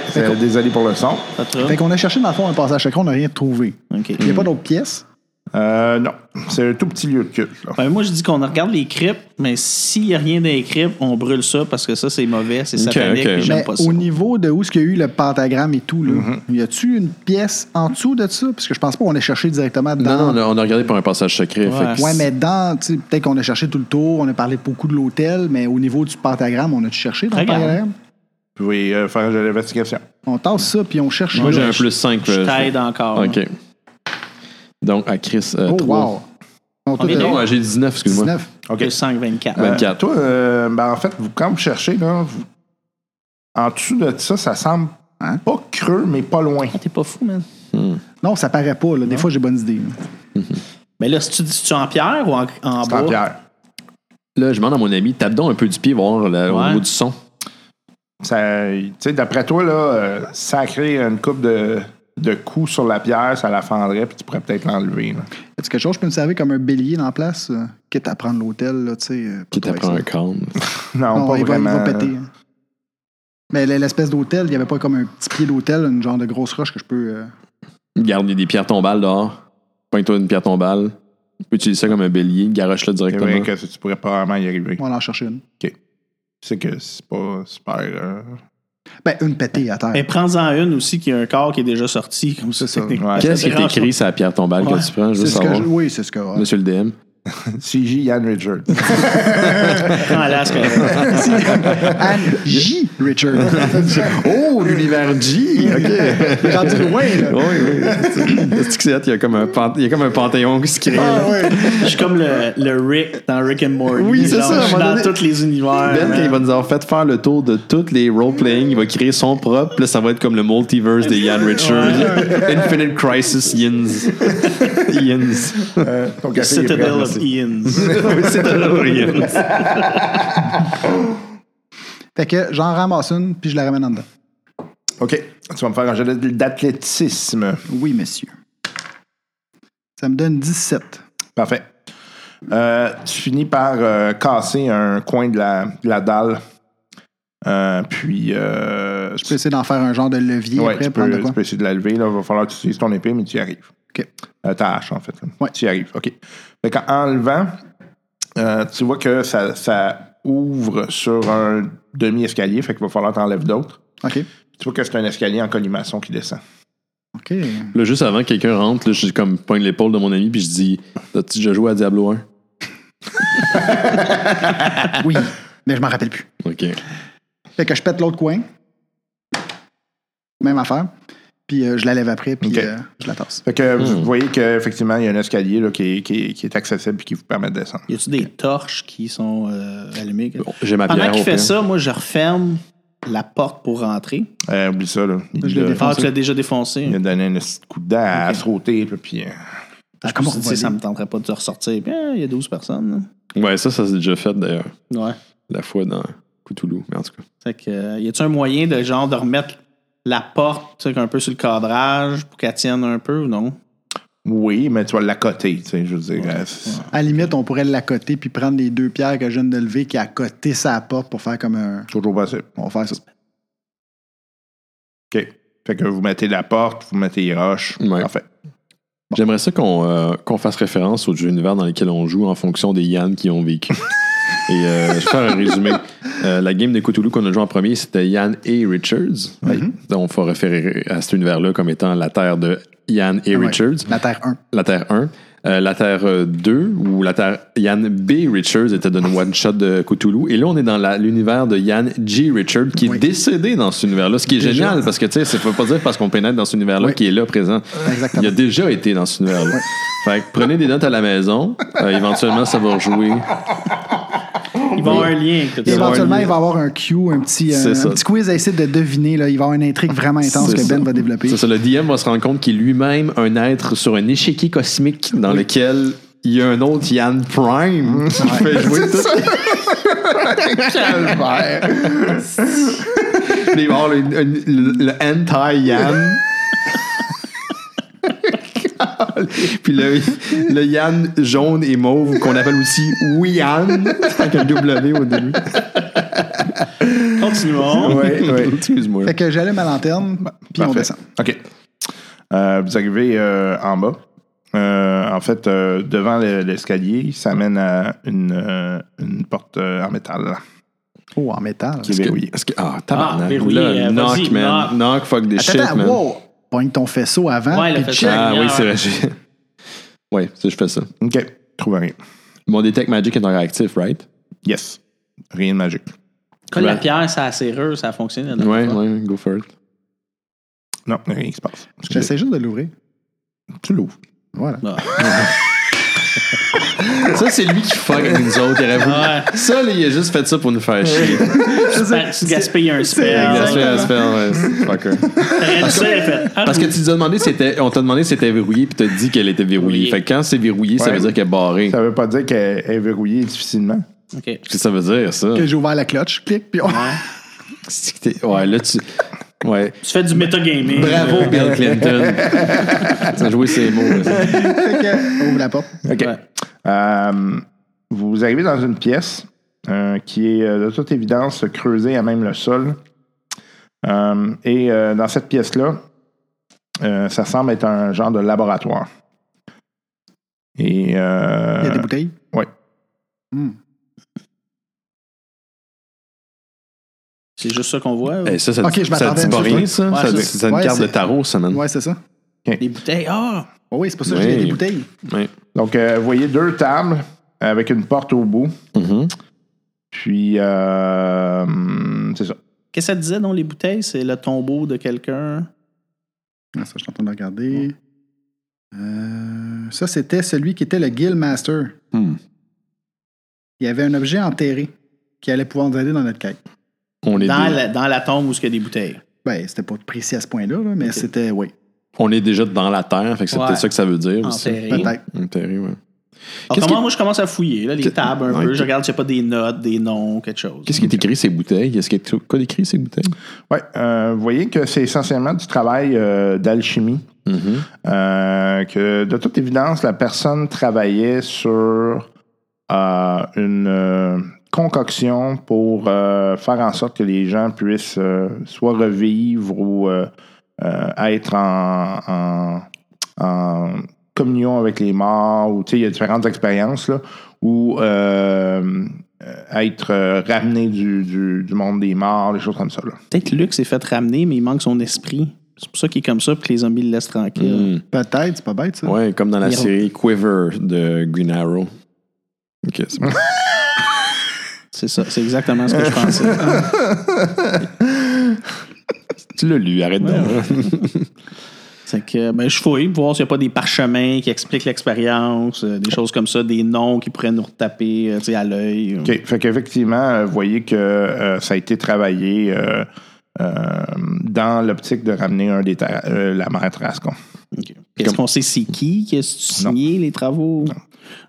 [SPEAKER 2] désolé pour le son.
[SPEAKER 3] Pas trop.
[SPEAKER 4] Fait qu'on a cherché, dans le fond, un passage secret, on n'a rien trouvé.
[SPEAKER 3] OK.
[SPEAKER 4] Il n'y a pas d'autres pièces.
[SPEAKER 2] Euh, non, c'est un tout petit lieu de culte. là.
[SPEAKER 3] Ben, moi, je dis qu'on regarde les cryptes, mais s'il n'y a rien dans les cryptes, on brûle ça parce que ça, c'est mauvais, c'est
[SPEAKER 1] Ok,
[SPEAKER 3] satanique,
[SPEAKER 1] ok.
[SPEAKER 3] et j'aime
[SPEAKER 4] Mais
[SPEAKER 3] pas ça. Mm-hmm.
[SPEAKER 4] au niveau de où est-ce qu'il y a eu le pentagramme et tout, là, y a-tu une pièce en dessous de ça? Parce que je pense pas qu'on a cherché directement
[SPEAKER 1] non,
[SPEAKER 4] dans.
[SPEAKER 1] non, on a- on a regardé pour un passage secret.
[SPEAKER 3] Ouais.
[SPEAKER 1] fait que
[SPEAKER 4] Ouais, mais dans, tu sais, peut-être qu'on a cherché tout le tour, on a parlé beaucoup de l'hôtel, mais au niveau du pentagramme, on a cherché dans le
[SPEAKER 3] Regarde.
[SPEAKER 4] pentagramme?
[SPEAKER 2] Je vais euh, faire de l'investigation.
[SPEAKER 4] On tasse ça, puis on cherche.
[SPEAKER 1] Moi,
[SPEAKER 4] là.
[SPEAKER 1] j'ai un plus 5.
[SPEAKER 3] Je t'aide encore.
[SPEAKER 1] OK. Donc, à Chris, euh,
[SPEAKER 4] Oh,
[SPEAKER 1] 3.
[SPEAKER 4] wow! On
[SPEAKER 3] Combien
[SPEAKER 4] t'a-
[SPEAKER 3] donc?
[SPEAKER 1] Non, euh, j'ai 19, excuse-moi.
[SPEAKER 4] 19.
[SPEAKER 2] OK.
[SPEAKER 3] Le 524.
[SPEAKER 1] Ouais.
[SPEAKER 2] Euh,
[SPEAKER 1] 24.
[SPEAKER 2] toi, euh, ben, en fait, vous, quand vous cherchez, là, vous- en dessous de ça, ça semble
[SPEAKER 4] Hein?
[SPEAKER 2] pas creux, mais pas loin.
[SPEAKER 3] Ah, T'es pas fou, man.
[SPEAKER 4] Non, ça paraît pas. Là. Des fois, j'ai bonne idée.
[SPEAKER 3] Mais Ben là, si tu dis tu en pierre ou en, en
[SPEAKER 2] C'est en
[SPEAKER 3] bois?
[SPEAKER 4] Oh.
[SPEAKER 2] pierre.
[SPEAKER 1] Là, je demande à mon ami, tape donc un peu du pied, voir la- au
[SPEAKER 3] Ouais.
[SPEAKER 1] niveau du son.
[SPEAKER 2] Ça- tu sais, D'après toi, là, euh, sacrer une coupe de, de coups sur la pierre, ça la fendrait, puis tu pourrais peut-être l'enlever. là.
[SPEAKER 4] Est-ce quelque chose que je peux me servir comme un bélier dans la place? euh, quitte à prendre l'hôtel, là, tu sais. euh,
[SPEAKER 1] Qui
[SPEAKER 4] pas
[SPEAKER 1] t'apprend
[SPEAKER 4] avec
[SPEAKER 1] un
[SPEAKER 4] ça.
[SPEAKER 1] crâne.
[SPEAKER 2] Non,
[SPEAKER 4] Non,
[SPEAKER 2] pas
[SPEAKER 4] il, va, il
[SPEAKER 2] vraiment.
[SPEAKER 4] va péter. hein. Mais l'espèce d'hôtel, il n'y avait pas comme un petit pied d'hôtel, une genre de grosse roche que je peux. euh,
[SPEAKER 1] Garde des pierres tombales dehors. Pointe-toi une pierre tombale. Tu peux utiliser ça comme un bélier, garoche-la
[SPEAKER 2] C'est vrai
[SPEAKER 1] directement.
[SPEAKER 2] que tu pourrais pas vraiment y arriver.
[SPEAKER 4] on va aller en chercher une.
[SPEAKER 2] Tu sais que c'est pas super. euh,
[SPEAKER 4] Ben, une pétée à terre.
[SPEAKER 3] Mais prends-en une aussi qui a un corps qui est déjà sorti, comme ça.
[SPEAKER 4] C'est ça.
[SPEAKER 3] techniquement.
[SPEAKER 2] ouais.
[SPEAKER 1] Qu'est-ce qui est
[SPEAKER 3] dérange
[SPEAKER 1] écrit sur la pierre tombale
[SPEAKER 3] Ouais.
[SPEAKER 1] que tu prends? Je veux
[SPEAKER 4] C'est ce que
[SPEAKER 1] savoir.
[SPEAKER 4] je- oui, c'est ce que. ouais.
[SPEAKER 1] Monsieur le DM.
[SPEAKER 2] CJ Ian
[SPEAKER 4] (laughs)
[SPEAKER 2] Richard.
[SPEAKER 3] Prends-la, c'est
[SPEAKER 1] (laughs)
[SPEAKER 3] correct.
[SPEAKER 4] Anne J. Richard.
[SPEAKER 1] Oh, l'univers G! OK.
[SPEAKER 4] (laughs) J'ai rendu loin, là.
[SPEAKER 1] oui, oui. Est-ce que c'est hot? Il y a comme un, pan- il y a comme un panthéon qui se crée. là.
[SPEAKER 3] Je suis comme le, le Rick dans Rick and Morty.
[SPEAKER 1] Ah Oui, c'est
[SPEAKER 3] Genre,
[SPEAKER 1] ça, à un
[SPEAKER 3] Je suis
[SPEAKER 1] moment
[SPEAKER 3] dans
[SPEAKER 1] donné-
[SPEAKER 3] tous les univers.
[SPEAKER 1] Ben, quand il
[SPEAKER 3] man.
[SPEAKER 1] va nous avoir fait faire le tour de toutes les role-playing, il va créer son propre. Puis là, ça va être comme le multiverse de Ian Richard. Infinite Crisis Yins. Yins.
[SPEAKER 2] Euh, ton café est prêt,
[SPEAKER 3] Citadel of
[SPEAKER 2] merci.
[SPEAKER 1] (laughs)
[SPEAKER 3] Ian's.
[SPEAKER 1] C'est Yins.
[SPEAKER 4] Fait que j'en ramasse une, puis je la ramène en dedans.
[SPEAKER 2] OK. Tu vas me faire un jet d'athlétisme.
[SPEAKER 4] Oui, monsieur. Ça me donne 17.
[SPEAKER 2] Parfait. Euh, tu finis par euh, casser un coin de la, de la dalle. Euh, puis, euh,
[SPEAKER 4] Je peux essayer d'en faire un genre de levier
[SPEAKER 2] ouais,
[SPEAKER 4] après,
[SPEAKER 2] tu,
[SPEAKER 4] prendre
[SPEAKER 2] peux,
[SPEAKER 4] de quoi.
[SPEAKER 2] tu peux essayer de la lever. Il va falloir que tu utilises ton épée, mais tu y arrives.
[SPEAKER 4] OK.
[SPEAKER 2] Euh, ta hache, en fait. là.
[SPEAKER 4] Ouais.
[SPEAKER 2] Tu y arrives. OK. Fait qu'en- en levant, euh, tu vois que ça, ça ouvre sur un demi-escalier. Fait qu'il va falloir t'enlèves d'autres.
[SPEAKER 4] OK.
[SPEAKER 2] Tu vois que c'est un escalier en colimaçon qui descend.
[SPEAKER 4] OK.
[SPEAKER 1] Là, juste avant que quelqu'un rentre, là, je suis comme pointe l'épaule de mon ami puis je dis T'as-tu déjà joué à Diablo 1
[SPEAKER 4] Oui, mais je m'en rappelle plus.
[SPEAKER 1] Ok.
[SPEAKER 4] Fait que je pète l'autre coin. Même affaire. Puis euh, je la lève après, puis
[SPEAKER 2] OK.
[SPEAKER 4] euh, je la tasse.
[SPEAKER 2] Fait que
[SPEAKER 1] Hmm.
[SPEAKER 2] vous voyez qu'effectivement, il y a un escalier là, qui, est- qui est- qui est accessible et qui vous permet de descendre.
[SPEAKER 3] Y a-tu des torches qui sont euh, allumées?
[SPEAKER 1] Bon, J'ai ma
[SPEAKER 3] Pendant
[SPEAKER 1] pierre.
[SPEAKER 3] qu'il
[SPEAKER 1] au
[SPEAKER 3] fait
[SPEAKER 1] pire.
[SPEAKER 3] ça, moi, je referme la porte pour rentrer.
[SPEAKER 2] Euh, oublie ça, là. Il,
[SPEAKER 4] Je l'ai
[SPEAKER 2] l'a-
[SPEAKER 3] Ah,
[SPEAKER 4] défendu. Défoncé.
[SPEAKER 3] tu l'as déjà défoncé.
[SPEAKER 2] il a donné un petit coup de dent à sauter, puis, puis, euh,
[SPEAKER 3] Ah,
[SPEAKER 4] Comment
[SPEAKER 3] je me
[SPEAKER 4] on
[SPEAKER 3] suis
[SPEAKER 4] va
[SPEAKER 3] dit, ça Eh,
[SPEAKER 4] aller?
[SPEAKER 3] me tenterait pas de ressortir. Puis, ah, il y a 12 personnes.
[SPEAKER 1] Ouais, ça, ça s'est déjà fait d'ailleurs.
[SPEAKER 3] là. Ouais.
[SPEAKER 1] la fois dans Cthulhu. Mais en tout cas,
[SPEAKER 3] Fait que, euh, y a-tu un moyen de genre de remettre la porte tu sais, un peu sur le cadrage pour qu'elle tienne un peu ou non?
[SPEAKER 2] Oui, mais tu vas l'accoter, tu sais, je veux dire. euh, c'est-
[SPEAKER 4] À la limite, on pourrait l'accoter puis prendre les deux pierres que je viens de lever qui est à côté sa porte pour faire comme un.
[SPEAKER 2] Toujours possible.
[SPEAKER 4] On va faire ça.
[SPEAKER 2] OK. Fait que vous mettez la porte, vous mettez les roches.
[SPEAKER 1] Ouais.
[SPEAKER 2] Parfait.
[SPEAKER 1] j'aimerais ça qu'on euh, qu'on fasse référence aux jeux univers dans lesquels on joue en fonction des Yann qui ont
[SPEAKER 4] (laughs)
[SPEAKER 1] vécu. Et euh, je vais faire un résumé. Euh, la game de Cthulhu qu'on a joué en premier, c'était Yann et Richards. Donc, on va référer à cet univers-là comme étant la terre de Yann et
[SPEAKER 4] Ah ouais.
[SPEAKER 1] Richards.
[SPEAKER 4] La Terre 1.
[SPEAKER 1] la Terre 1. Euh, la Terre euh, 2, où la Terre Yann B. Richards était dans une one-shot de Cthulhu. Et là, on est dans la- l'univers de Yann G. Richards, qui est
[SPEAKER 4] Oui.
[SPEAKER 1] décédé dans cet univers-là. Ce qui est
[SPEAKER 4] Déjà.
[SPEAKER 1] génial, parce que, tu sais, ça ne pas dire parce qu'on pénètre dans cet univers-là
[SPEAKER 4] Oui.
[SPEAKER 1] qui est là présent.
[SPEAKER 4] Exactement.
[SPEAKER 1] Il a déjà été dans cet univers-là. Fait que prenez des notes à la maison. Euh, éventuellement, ça va rejouer.
[SPEAKER 3] Ils vont avoir un lien. que tu
[SPEAKER 4] Et
[SPEAKER 3] sais.
[SPEAKER 4] éventuellement,
[SPEAKER 1] un-
[SPEAKER 4] il va y avoir un Q, un petit,
[SPEAKER 1] C'est
[SPEAKER 4] euh,
[SPEAKER 1] ça.
[SPEAKER 4] un petit quiz à essayer de deviner. Là. Il va y avoir une intrigue vraiment intense
[SPEAKER 1] C'est
[SPEAKER 4] que
[SPEAKER 1] ça.
[SPEAKER 4] Ben va développer.
[SPEAKER 1] C'est ça, le DM va se rendre compte qu'il est lui-même un être sur un échiquier cosmique dans lequel il y a un autre Yann Prime qui fait jouer tout
[SPEAKER 2] Calvaire.
[SPEAKER 1] (laughs) Il va y avoir le, le- le- le anti-Yann. Puis le, le Yann jaune et mauve qu'on appelle aussi Wiyan avec un W au début.
[SPEAKER 3] (laughs) Continuons.
[SPEAKER 2] Oui, oui.
[SPEAKER 1] (laughs) Excuse-moi.
[SPEAKER 4] Fait que j'allume ma lanterne, puis on
[SPEAKER 2] Parfait.
[SPEAKER 4] descend.
[SPEAKER 2] OK. Euh, vous arrivez euh, en bas. Euh, en fait, euh, devant le- l'escalier, ça mène à une, euh, une porte euh, en métal
[SPEAKER 4] Oh, en métal.
[SPEAKER 2] qui est verrouillée.
[SPEAKER 1] Est-ce que- ah,
[SPEAKER 3] Ah,
[SPEAKER 1] tabarnak.
[SPEAKER 3] verrouillé,
[SPEAKER 1] Là,
[SPEAKER 3] euh,
[SPEAKER 1] knock,
[SPEAKER 3] vas-y,
[SPEAKER 1] man.
[SPEAKER 3] knock.
[SPEAKER 1] Knock, fuck des
[SPEAKER 4] Attends,
[SPEAKER 1] shit,
[SPEAKER 4] attends,
[SPEAKER 1] man.
[SPEAKER 4] wow! Pogne ton faisceau avant,
[SPEAKER 3] Ouais, le
[SPEAKER 4] puis
[SPEAKER 3] faisceau.
[SPEAKER 4] check.
[SPEAKER 1] Ah oui, c'est vrai. j'ai- Ouais, ça, je fais ça.
[SPEAKER 2] OK. Trouve rien.
[SPEAKER 1] Mon Detect Magic est encore actif, right?
[SPEAKER 2] Yes. Rien de magique.
[SPEAKER 3] Colle la pierre, ça a serrure, ça a fonctionné. la dernière
[SPEAKER 1] Ouais,
[SPEAKER 3] fois.
[SPEAKER 1] ouais, go for it.
[SPEAKER 2] Non, rien qui se passe.
[SPEAKER 4] J'essaie juste de l'ouvrir.
[SPEAKER 2] Tu l'ouvres.
[SPEAKER 4] Voilà.
[SPEAKER 3] Ah.
[SPEAKER 1] Ça, c'est lui qui fuck avec nous autres. il aurait voulu-
[SPEAKER 3] Ouais.
[SPEAKER 1] Ça, là, il a juste fait ça pour nous faire chier.
[SPEAKER 3] Fait que Tu gaspilles un spell.
[SPEAKER 1] Il a fait
[SPEAKER 3] T'aurais
[SPEAKER 1] un spell, ouais, fucker.
[SPEAKER 3] dû ça, elle fait, ah,
[SPEAKER 1] Parce que tu nous as demandé, c'était, on t'a demandé si c'était verrouillé, puis t'as dit qu'elle était verrouillée.
[SPEAKER 3] Oui.
[SPEAKER 1] Fait que quand c'est verrouillé, ça
[SPEAKER 2] Ouais.
[SPEAKER 1] veut dire qu'elle est barrée.
[SPEAKER 2] Ça veut pas dire qu'elle est verrouillée difficilement.
[SPEAKER 3] OK.
[SPEAKER 1] Qu'est-ce que ça veut dire, ça?
[SPEAKER 4] Que J'ai ouvert la cloche, clic, puis on...
[SPEAKER 1] C'est que t'es- Ouais, là, tu. Ouais.
[SPEAKER 3] Tu fais du metagaming.
[SPEAKER 1] Bravo,
[SPEAKER 3] Euh,
[SPEAKER 1] Bill Clinton. ça a joué ses mots. ça.
[SPEAKER 4] (laughs) Fait que, on ouvre la porte.
[SPEAKER 2] OK.
[SPEAKER 3] Ouais.
[SPEAKER 2] Euh, vous arrivez dans une pièce euh, qui est euh, de toute évidence creusée à même le sol. Euh, et euh, dans cette pièce-là, euh, ça semble être un genre de laboratoire. Et euh,
[SPEAKER 4] Il y a des bouteilles.
[SPEAKER 3] C'est juste ça qu'on voit.
[SPEAKER 1] Eh, ça, ça,
[SPEAKER 4] Ok, je
[SPEAKER 1] ça dit
[SPEAKER 4] m'attendais à
[SPEAKER 1] pas
[SPEAKER 4] ça,
[SPEAKER 1] rien,
[SPEAKER 4] toi.
[SPEAKER 1] ça?
[SPEAKER 3] Ouais,
[SPEAKER 1] ça,
[SPEAKER 3] c'est-
[SPEAKER 1] c'est une
[SPEAKER 4] ouais,
[SPEAKER 1] carte de
[SPEAKER 4] c'est-
[SPEAKER 1] tarot, ça, man.
[SPEAKER 4] Ouais, c'est ça.
[SPEAKER 3] Les bouteilles. Ah!
[SPEAKER 4] Oh oui, c'est pour ça que j'ai
[SPEAKER 1] Oui.
[SPEAKER 4] des bouteilles.
[SPEAKER 1] Ouais.
[SPEAKER 2] donc, euh, vous voyez deux tables avec une porte au bout. Mm-hmm.
[SPEAKER 1] Mhm.
[SPEAKER 2] Puis, euh, hum, c'est ça.
[SPEAKER 3] Qu'est-ce que ça disait dans les bouteilles? C'est le tombeau de quelqu'un.
[SPEAKER 4] Ah, ça, je suis en train de regarder. Euh, ça, c'était celui qui était le Guild Master.
[SPEAKER 1] Hmm.
[SPEAKER 4] Il y avait un objet enterré qui allait pouvoir nous aider dans notre quête.
[SPEAKER 1] On, est
[SPEAKER 3] Dans
[SPEAKER 1] dé-
[SPEAKER 3] la, dans la tombe où il y a des bouteilles.
[SPEAKER 4] Ben, c'était pas précis à ce point-là, là, mais c'était, oui,
[SPEAKER 1] on est déjà dans la terre, fait que c'est
[SPEAKER 3] Ouais.
[SPEAKER 1] peut-être ça que ça veut dire aussi.
[SPEAKER 3] Enterré. Alors,
[SPEAKER 4] peut-être.
[SPEAKER 1] Enterré, ouais.
[SPEAKER 3] comment
[SPEAKER 1] Qu'est-ce qui-
[SPEAKER 3] moi, je commence à fouiller là, les
[SPEAKER 1] Qu'est-
[SPEAKER 3] tables un
[SPEAKER 1] Ouais,
[SPEAKER 3] peu.
[SPEAKER 1] ok.
[SPEAKER 3] Je regarde s'il n'y a pas des notes, des noms, quelque chose.
[SPEAKER 1] Qu'est-ce qui est écrit, ces bouteilles? Est-ce qu'il y a quoi d'écrit, ces bouteilles?
[SPEAKER 2] Ouais, euh, vous voyez que c'est essentiellement du travail euh, d'alchimie.
[SPEAKER 1] Mhm.
[SPEAKER 2] Euh, que de toute évidence, la personne travaillait sur euh, une euh, concoction pour euh, faire en sorte que les gens puissent euh, soit revivre ou euh, euh, être en, en- en communion avec les morts. Ou, tu sais, il y a différentes expériences là, où euh, euh, être euh, ramené du, du- du monde des morts, des choses comme ça. là.
[SPEAKER 3] Peut-être Luc s'est fait ramener, mais il manque son esprit. C'est pour ça qu'il est comme ça, puis que les zombies le laissent tranquille.
[SPEAKER 1] Mhm.
[SPEAKER 4] Peut-être, c'est pas bête, ça.
[SPEAKER 1] Ouais, comme dans la
[SPEAKER 3] Ils ont-
[SPEAKER 1] série Quiver de Green Arrow. Ok, c'est bon. (laughs)
[SPEAKER 3] C'est ça, c'est exactement ce que je pensais.
[SPEAKER 1] tu l'as lu, arrête donc.
[SPEAKER 3] (laughs) C'est que ben, je fouille pour voir s'il n'y a pas des parchemins qui expliquent l'expérience, euh, des choses comme ça, des noms qui pourraient nous retaper euh, tu sais, à l'œil.
[SPEAKER 2] OK. Fait qu'effectivement, euh, vous voyez que euh, ça a été travaillé euh, euh, dans l'optique de ramener un des ta- euh, la mère Trascon.
[SPEAKER 3] Ok. Est-ce qu'on sait c'est qui qui a
[SPEAKER 2] Non.
[SPEAKER 3] signé les travaux?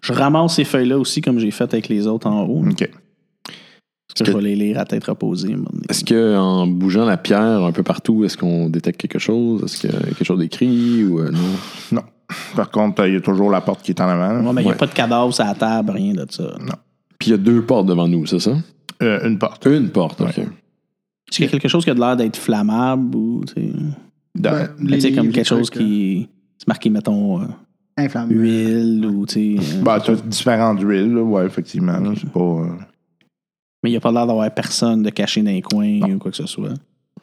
[SPEAKER 3] Je ramasse ces feuilles-là aussi, comme j'ai fait avec les autres en haut.
[SPEAKER 2] OK.
[SPEAKER 3] Je
[SPEAKER 1] que-
[SPEAKER 3] vais les lire à tête reposée. un moment donné.
[SPEAKER 1] Est-ce qu'en bougeant la pierre un peu partout, est-ce qu'on détecte quelque chose? Est-ce qu'il y a quelque chose d'écrit ou euh, non?
[SPEAKER 2] Par contre, il y a toujours la porte qui est en avant.
[SPEAKER 3] Ouais, mais il n'y
[SPEAKER 1] Ouais.
[SPEAKER 3] a pas de cadavre sur la table, rien de ça.
[SPEAKER 1] Puis il y a deux portes devant nous, c'est ça?
[SPEAKER 2] Euh, une porte.
[SPEAKER 1] Une porte, OK.
[SPEAKER 3] Est-ce qu'il y a quelque chose qui a de l'air d'être flammable ou tu sais,
[SPEAKER 2] Ben,
[SPEAKER 3] tu sais, comme quelque chose
[SPEAKER 4] euh,
[SPEAKER 3] qui. C'est marqué, mettons, euh,
[SPEAKER 4] Inflammable.
[SPEAKER 3] huile ou tu
[SPEAKER 2] (laughs)
[SPEAKER 3] sais. euh,
[SPEAKER 2] Bah, t'as différentes huiles, là, ouais, effectivement. là, C'est pas. euh,
[SPEAKER 3] Mais il n'y a pas l'air d'avoir personne de caché dans les coins ou quoi que ce soit.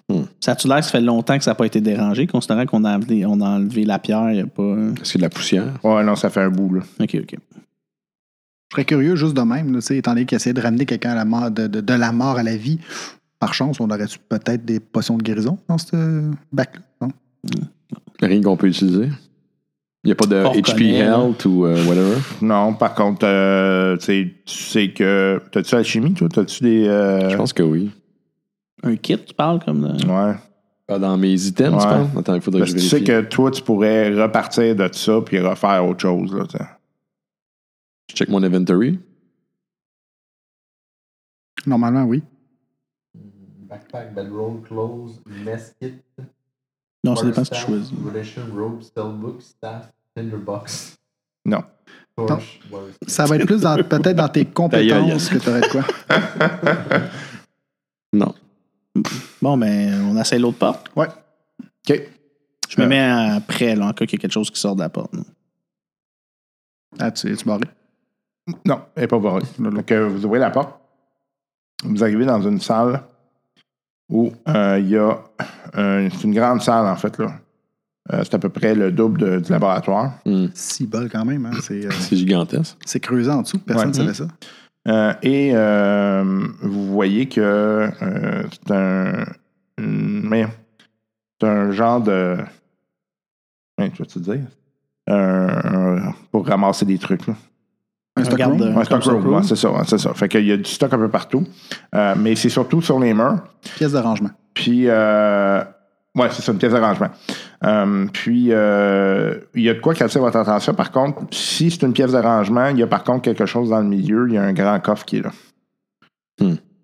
[SPEAKER 1] Hmm.
[SPEAKER 3] Ça a-tu l'air que ça fait longtemps que ça n'a pas été dérangé, considérant qu'on a, enlevé- on a enlevé la pierre, il n'y a pas. euh,
[SPEAKER 1] Est-ce qu'il y a de la poussière?
[SPEAKER 2] Ouais, non, ça fait un bout, là.
[SPEAKER 3] Ok, ok.
[SPEAKER 4] Je serais curieux juste de même, là, tu sais, étant donné qu'il essaie de ramener quelqu'un à la mort, de, de- de la mort à la vie. Par chance, on aurait peut-être des potions de guérison dans ce bac-là. non?
[SPEAKER 1] Rien qu'on peut utiliser? Il n'y a pas de
[SPEAKER 3] On
[SPEAKER 1] HP
[SPEAKER 3] reconnaît, là.
[SPEAKER 1] Health ou euh, whatever?
[SPEAKER 2] Non, par contre, euh, tu sais- tu sais que. T'as-tu la chimie, toi? T'as-tu des. euh,
[SPEAKER 1] Je pense que oui.
[SPEAKER 3] Un kit, tu parles comme. de-
[SPEAKER 2] Ouais.
[SPEAKER 1] Ah, Dans mes items,
[SPEAKER 2] Ouais.
[SPEAKER 1] Ben, tu penses? Attends, il faudrait
[SPEAKER 2] Parce
[SPEAKER 1] que
[SPEAKER 2] que tu
[SPEAKER 1] je
[SPEAKER 2] sais
[SPEAKER 1] vérifie.
[SPEAKER 2] que toi, tu pourrais repartir de ça puis refaire autre chose, là, tu sais.
[SPEAKER 1] Je check mon inventory.
[SPEAKER 4] Normalement, oui.
[SPEAKER 5] Backpack, bedroll, clothes, mess kit,
[SPEAKER 3] Non, ça
[SPEAKER 5] bar
[SPEAKER 3] dépend ce que tu
[SPEAKER 5] staff,
[SPEAKER 3] choisis.
[SPEAKER 5] Relation, rope, spellbook, staff, tinderbox.
[SPEAKER 2] Non.
[SPEAKER 5] Torch, wire stick.
[SPEAKER 4] Ça va être plus dans- peut-être dans tes compétences que tu aurais de quoi.
[SPEAKER 1] Non.
[SPEAKER 3] Bon, ben, on essaie l'autre porte.
[SPEAKER 2] Ouais. OK.
[SPEAKER 3] Je
[SPEAKER 2] Euh.
[SPEAKER 3] me mets à- après, là, en cas qu'il y a quelque chose qui sort de la porte. là.
[SPEAKER 4] Ah, tu es barré?
[SPEAKER 2] (laughs) Non, elle n'est pas barrée. Donc, euh, vous ouvrez la porte. Vous arrivez dans une salle où euh, il y a. un- c'est une grande salle, en fait, là. Euh, c'est à peu près le double de- du laboratoire.
[SPEAKER 4] Six bol quand même. hein. C'est, euh,
[SPEAKER 1] C'est gigantesque.
[SPEAKER 4] c'est creusé en dessous. Personne ne
[SPEAKER 2] Ouais.
[SPEAKER 4] savait ça.
[SPEAKER 2] Euh, et euh, vous voyez que euh, c'est un. une- mais c'est un genre de. Hein, tu vas-tu dire? Un- un- pour ramasser des trucs. Là.
[SPEAKER 4] Un stock
[SPEAKER 3] garde,
[SPEAKER 4] room.
[SPEAKER 3] euh,
[SPEAKER 2] Un stock
[SPEAKER 3] comme
[SPEAKER 2] room,
[SPEAKER 3] room.
[SPEAKER 2] ouais, c'est ça, ouais, c'est ça. Fait qu'il y a du stock un peu partout. Euh, mais c'est surtout sur les murs.
[SPEAKER 3] euh,
[SPEAKER 4] Pièce d'arrangement.
[SPEAKER 2] Puis, euh, ouais, c'est ça, une pièce d'arrangement. Euh, puis, euh, il y a de quoi qui attire votre attention. Par contre, si c'est une pièce d'arrangement, il y a par contre quelque chose dans le milieu. Il y a un grand coffre qui est là.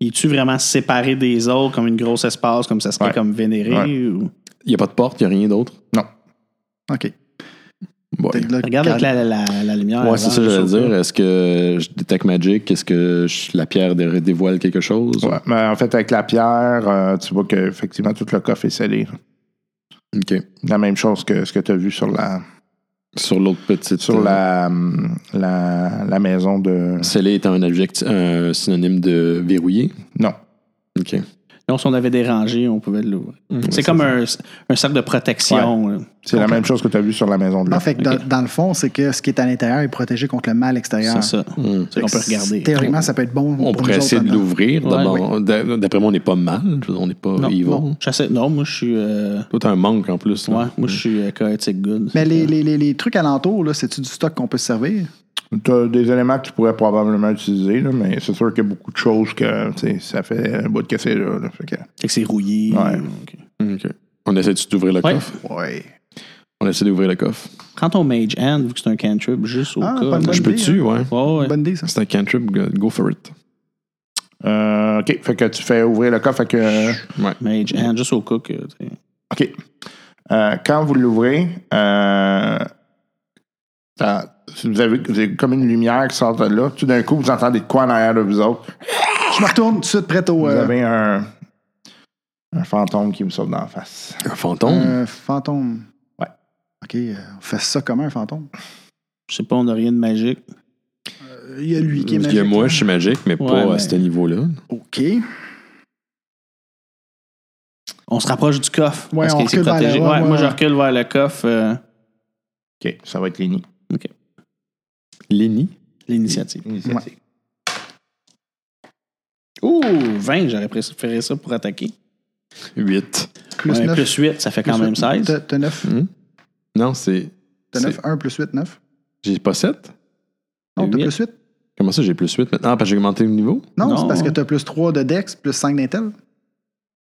[SPEAKER 3] Il est-tu vraiment séparé des autres comme une grosse espace, comme ça serait
[SPEAKER 2] Ouais.
[SPEAKER 3] comme vénéré?
[SPEAKER 2] Ouais.
[SPEAKER 3] ou-
[SPEAKER 1] Il n'y a pas de porte, il n'y a rien d'autre.
[SPEAKER 4] OK.
[SPEAKER 1] Boy.
[SPEAKER 4] Fait que là,
[SPEAKER 3] Regarde
[SPEAKER 4] quand-
[SPEAKER 3] avec la, la- la lumière.
[SPEAKER 1] Ouais, c'est
[SPEAKER 3] avant,
[SPEAKER 1] ça que j'allais
[SPEAKER 3] chose,
[SPEAKER 1] dire.
[SPEAKER 3] là.
[SPEAKER 1] Est-ce que je détecte Magic? Est-ce que je- la pierre dé- dévoile quelque chose?
[SPEAKER 2] Ouais, mais en fait, avec la pierre, euh, tu vois qu'effectivement, tout le coffre est scellé.
[SPEAKER 1] OK.
[SPEAKER 2] La même chose que ce que tu as vu sur la
[SPEAKER 1] Sur l'autre petite.
[SPEAKER 2] sur
[SPEAKER 1] euh,
[SPEAKER 2] la, hum, la, la maison de.
[SPEAKER 1] Scellé est un object, un synonyme de verrouillé.
[SPEAKER 2] Non.
[SPEAKER 1] OK.
[SPEAKER 3] Non, si on avait dérangé, on pouvait l'ouvrir. c'est comme un, un cercle de protection. là.
[SPEAKER 2] C'est la même chose que tu as vu sur la maison de
[SPEAKER 4] Non,
[SPEAKER 2] là.
[SPEAKER 4] fait que dans, dans le fond, c'est que ce qui est à l'intérieur est protégé contre le mal extérieur.
[SPEAKER 3] C'est ça.
[SPEAKER 1] Mm.
[SPEAKER 3] C'est qu'on peut regarder.
[SPEAKER 4] Théoriquement, ça peut être bon.
[SPEAKER 1] On
[SPEAKER 4] pour nous
[SPEAKER 1] pourrait essayer
[SPEAKER 4] autres,
[SPEAKER 1] de
[SPEAKER 4] là.
[SPEAKER 1] l'ouvrir.
[SPEAKER 3] Ouais.
[SPEAKER 1] d'abord. D'a- D'après moi, on n'est pas mal. Je veux dire, On n'est pas
[SPEAKER 3] Non,
[SPEAKER 1] evil.
[SPEAKER 3] non, j'essaie- non, moi, je suis. euh,
[SPEAKER 1] Toi, t'as un manque en plus.
[SPEAKER 3] ouais,
[SPEAKER 1] là.
[SPEAKER 3] moi, je suis euh, chaotic good.
[SPEAKER 4] Mais les, les, les, les trucs alentours, là, c'est-tu du stock qu'on peut se servir?
[SPEAKER 2] Tu as des éléments que tu pourrais probablement utiliser, là, mais c'est sûr qu'il y a beaucoup de choses que tu sais, ça fait un bout de café là. là. Fait que-
[SPEAKER 3] Fait que c'est rouillé.
[SPEAKER 2] Ouais.
[SPEAKER 3] Ok.
[SPEAKER 1] OK. On essaie d'ouvrir le
[SPEAKER 3] Ouais.
[SPEAKER 1] coffre?
[SPEAKER 2] Ouais.
[SPEAKER 1] On essaie d'ouvrir le coffre.
[SPEAKER 3] Prends ton mage hand, vu que c'est un cantrip, juste au
[SPEAKER 4] Ah,
[SPEAKER 3] cas.
[SPEAKER 4] pas
[SPEAKER 3] là.
[SPEAKER 4] une bonne
[SPEAKER 1] Je
[SPEAKER 4] idée,
[SPEAKER 1] peux-tu? Ouais.
[SPEAKER 3] Ouais, ouais.
[SPEAKER 4] Bonne idée, ça.
[SPEAKER 1] C'est un cantrip. Go go for it.
[SPEAKER 2] Euh, OK. Fait que tu fais ouvrir le coffre. Fait que, euh,
[SPEAKER 3] Mage hand, hein, juste au cas que. tu sais.
[SPEAKER 2] OK. Euh, quand vous l'ouvrez, euh, ça- vous, avez, vous avez comme une lumière qui sort de là. Tout d'un coup, vous entendez de quoi en arrière de vous autres.
[SPEAKER 4] Je me retourne tout de suite prêt au
[SPEAKER 2] Vous
[SPEAKER 4] euh,
[SPEAKER 2] avez un, un fantôme qui vous saute dans la face.
[SPEAKER 1] Un fantôme?
[SPEAKER 4] euh, fantôme.
[SPEAKER 2] Ouais.
[SPEAKER 4] OK, euh, on fait ça comme un fantôme.
[SPEAKER 3] Je sais pas, on n'a rien de magique.
[SPEAKER 4] Euh, Il y a lui qui est
[SPEAKER 1] Il y a
[SPEAKER 4] magique,
[SPEAKER 1] moi,
[SPEAKER 4] là.
[SPEAKER 1] je suis magique, mais
[SPEAKER 3] Ouais,
[SPEAKER 1] pas à
[SPEAKER 3] mais-
[SPEAKER 1] ce niveau-là.
[SPEAKER 4] OK.
[SPEAKER 3] On se rapproche du coffre.
[SPEAKER 4] Ouais,
[SPEAKER 3] parce
[SPEAKER 4] on
[SPEAKER 3] qu'il s'est
[SPEAKER 4] recule vers
[SPEAKER 3] protégé.
[SPEAKER 4] le-
[SPEAKER 3] Ouais,
[SPEAKER 4] ouais,
[SPEAKER 3] moi,
[SPEAKER 4] ouais.
[SPEAKER 3] je recule vers le coffre, euh,
[SPEAKER 2] OK. Ça va être Lenny.
[SPEAKER 1] Lenny.
[SPEAKER 3] l'initiative. Ouh, 20, j'aurais préféré ça pour attaquer.
[SPEAKER 1] 8.
[SPEAKER 4] Plus
[SPEAKER 3] Ouais,
[SPEAKER 4] 9.
[SPEAKER 3] plus 8, ça fait quand même 16.
[SPEAKER 4] T'as 9.
[SPEAKER 1] Non, c'est.
[SPEAKER 4] T'as
[SPEAKER 1] c'est-
[SPEAKER 4] 9. 1 plus 8, 9.
[SPEAKER 1] J'ai pas 7?
[SPEAKER 4] Non, t'as
[SPEAKER 3] Huit.
[SPEAKER 4] plus 8.
[SPEAKER 1] Comment ça, j'ai plus 8 maintenant? Ah, parce que j'ai augmenté le niveau?
[SPEAKER 4] Non,
[SPEAKER 3] Non.
[SPEAKER 4] c'est parce que t'as plus 3 de Dex, plus 5 d'Intel.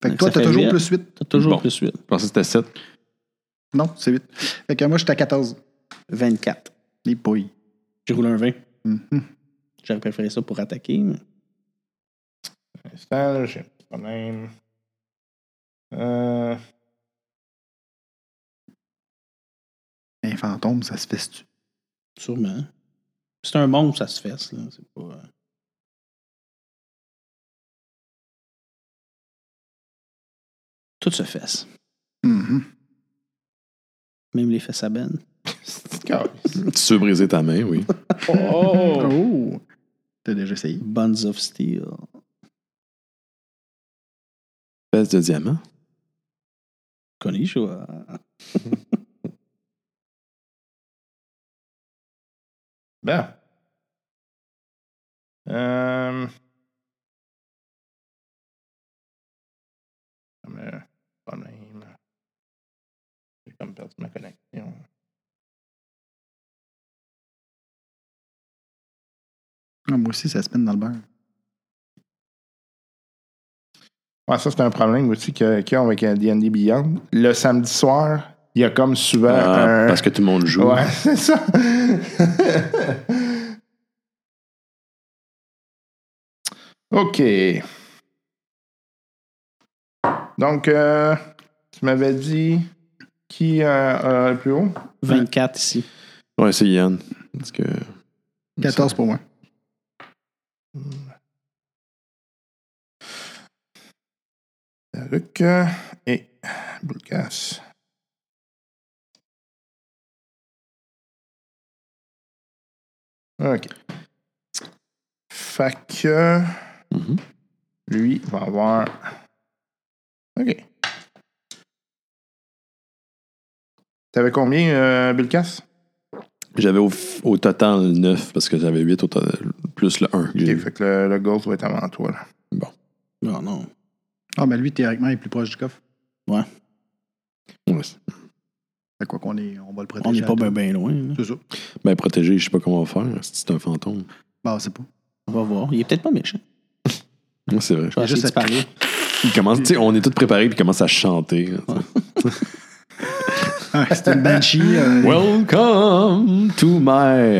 [SPEAKER 4] Fait que
[SPEAKER 3] Donc,
[SPEAKER 4] toi,
[SPEAKER 3] ça
[SPEAKER 4] t'as
[SPEAKER 3] fait
[SPEAKER 4] toujours
[SPEAKER 3] huit.
[SPEAKER 4] plus 8.
[SPEAKER 3] T'as toujours
[SPEAKER 1] Bon.
[SPEAKER 3] plus 8.
[SPEAKER 1] Je pensais que c'était 7.
[SPEAKER 4] Non, c'est 8. Fait que moi, j'étais à 14.
[SPEAKER 3] 24.
[SPEAKER 4] Les pouilles.
[SPEAKER 3] J'ai roulé un 20.
[SPEAKER 4] Mhm.
[SPEAKER 3] J'aurais préféré ça pour attaquer. mais-
[SPEAKER 2] instant, là, j'ai un petit problème. Euh,
[SPEAKER 4] Un fantôme, ça se fesse-tu?
[SPEAKER 3] Sûrement. C'est un monstre, ça se fesse. Là. C'est pas... euh. Tout se fesse.
[SPEAKER 4] Mhm.
[SPEAKER 3] Même les fesses à Ben.
[SPEAKER 2] c'est calice.
[SPEAKER 1] Tu veux briser ta main, (laughs) oui.
[SPEAKER 2] (laughs)
[SPEAKER 3] Oh!
[SPEAKER 4] Oh! T'as déjà essayé?
[SPEAKER 3] Bonds of Steel.
[SPEAKER 1] Fesse de diamant.
[SPEAKER 3] Konnichiwa.
[SPEAKER 2] Bon. Ben. Euh... Comme un problème. J'ai comme perdu ma connexion.
[SPEAKER 4] Ah, moi aussi, ça se peine dans le beurre.
[SPEAKER 2] Ouais, ça, c'est un problème aussi que- qu'ils ont avec euh, D&D Beyond. Le samedi soir, il y a comme souvent
[SPEAKER 1] Ah,
[SPEAKER 2] un...
[SPEAKER 1] Parce que tout le monde joue.
[SPEAKER 2] Euh, Ouais, c'est ça. OK. Donc, euh, tu m'avais dit qui euh, a le plus haut?
[SPEAKER 3] 24 ici.
[SPEAKER 1] Ouais, c'est Yann. Parce que...
[SPEAKER 4] 14 pour moi.
[SPEAKER 2] Luc euh, et Lucas. OK. Fait que Mm-hmm.
[SPEAKER 1] Mhm.
[SPEAKER 2] lui va avoir... OK. T'avais combien, euh, Bulkas?
[SPEAKER 1] J'avais au, au total 9 parce que j'avais 8 au total, plus le 1.
[SPEAKER 2] OK, fait que le, le ghost va être avant toi. là.
[SPEAKER 3] Non, non.
[SPEAKER 4] Ah, mais lui, théoriquement, il est plus proche du coffre.
[SPEAKER 1] Ouais.
[SPEAKER 4] Fait quoi qu'on est, on va le protéger.
[SPEAKER 3] On n'est
[SPEAKER 4] à
[SPEAKER 3] pas bien
[SPEAKER 4] tout.
[SPEAKER 3] bien loin. là.
[SPEAKER 4] C'est ça.
[SPEAKER 1] Ben, protégé, je sais pas comment faire. hein, C'est un fantôme.
[SPEAKER 4] Bah, c'est pas.
[SPEAKER 3] On va voir. Il est peut-être pas méchant.
[SPEAKER 1] Ouais, c'est vrai.
[SPEAKER 3] Je vais
[SPEAKER 4] Il y a
[SPEAKER 3] essayer
[SPEAKER 4] juste
[SPEAKER 3] de
[SPEAKER 4] à-
[SPEAKER 3] parler.
[SPEAKER 1] Il commence, tu sais, on est tous préparés puis il commence à chanter. là, tu sais.
[SPEAKER 4] Ah, C'était une banshee. euh,
[SPEAKER 1] Welcome to my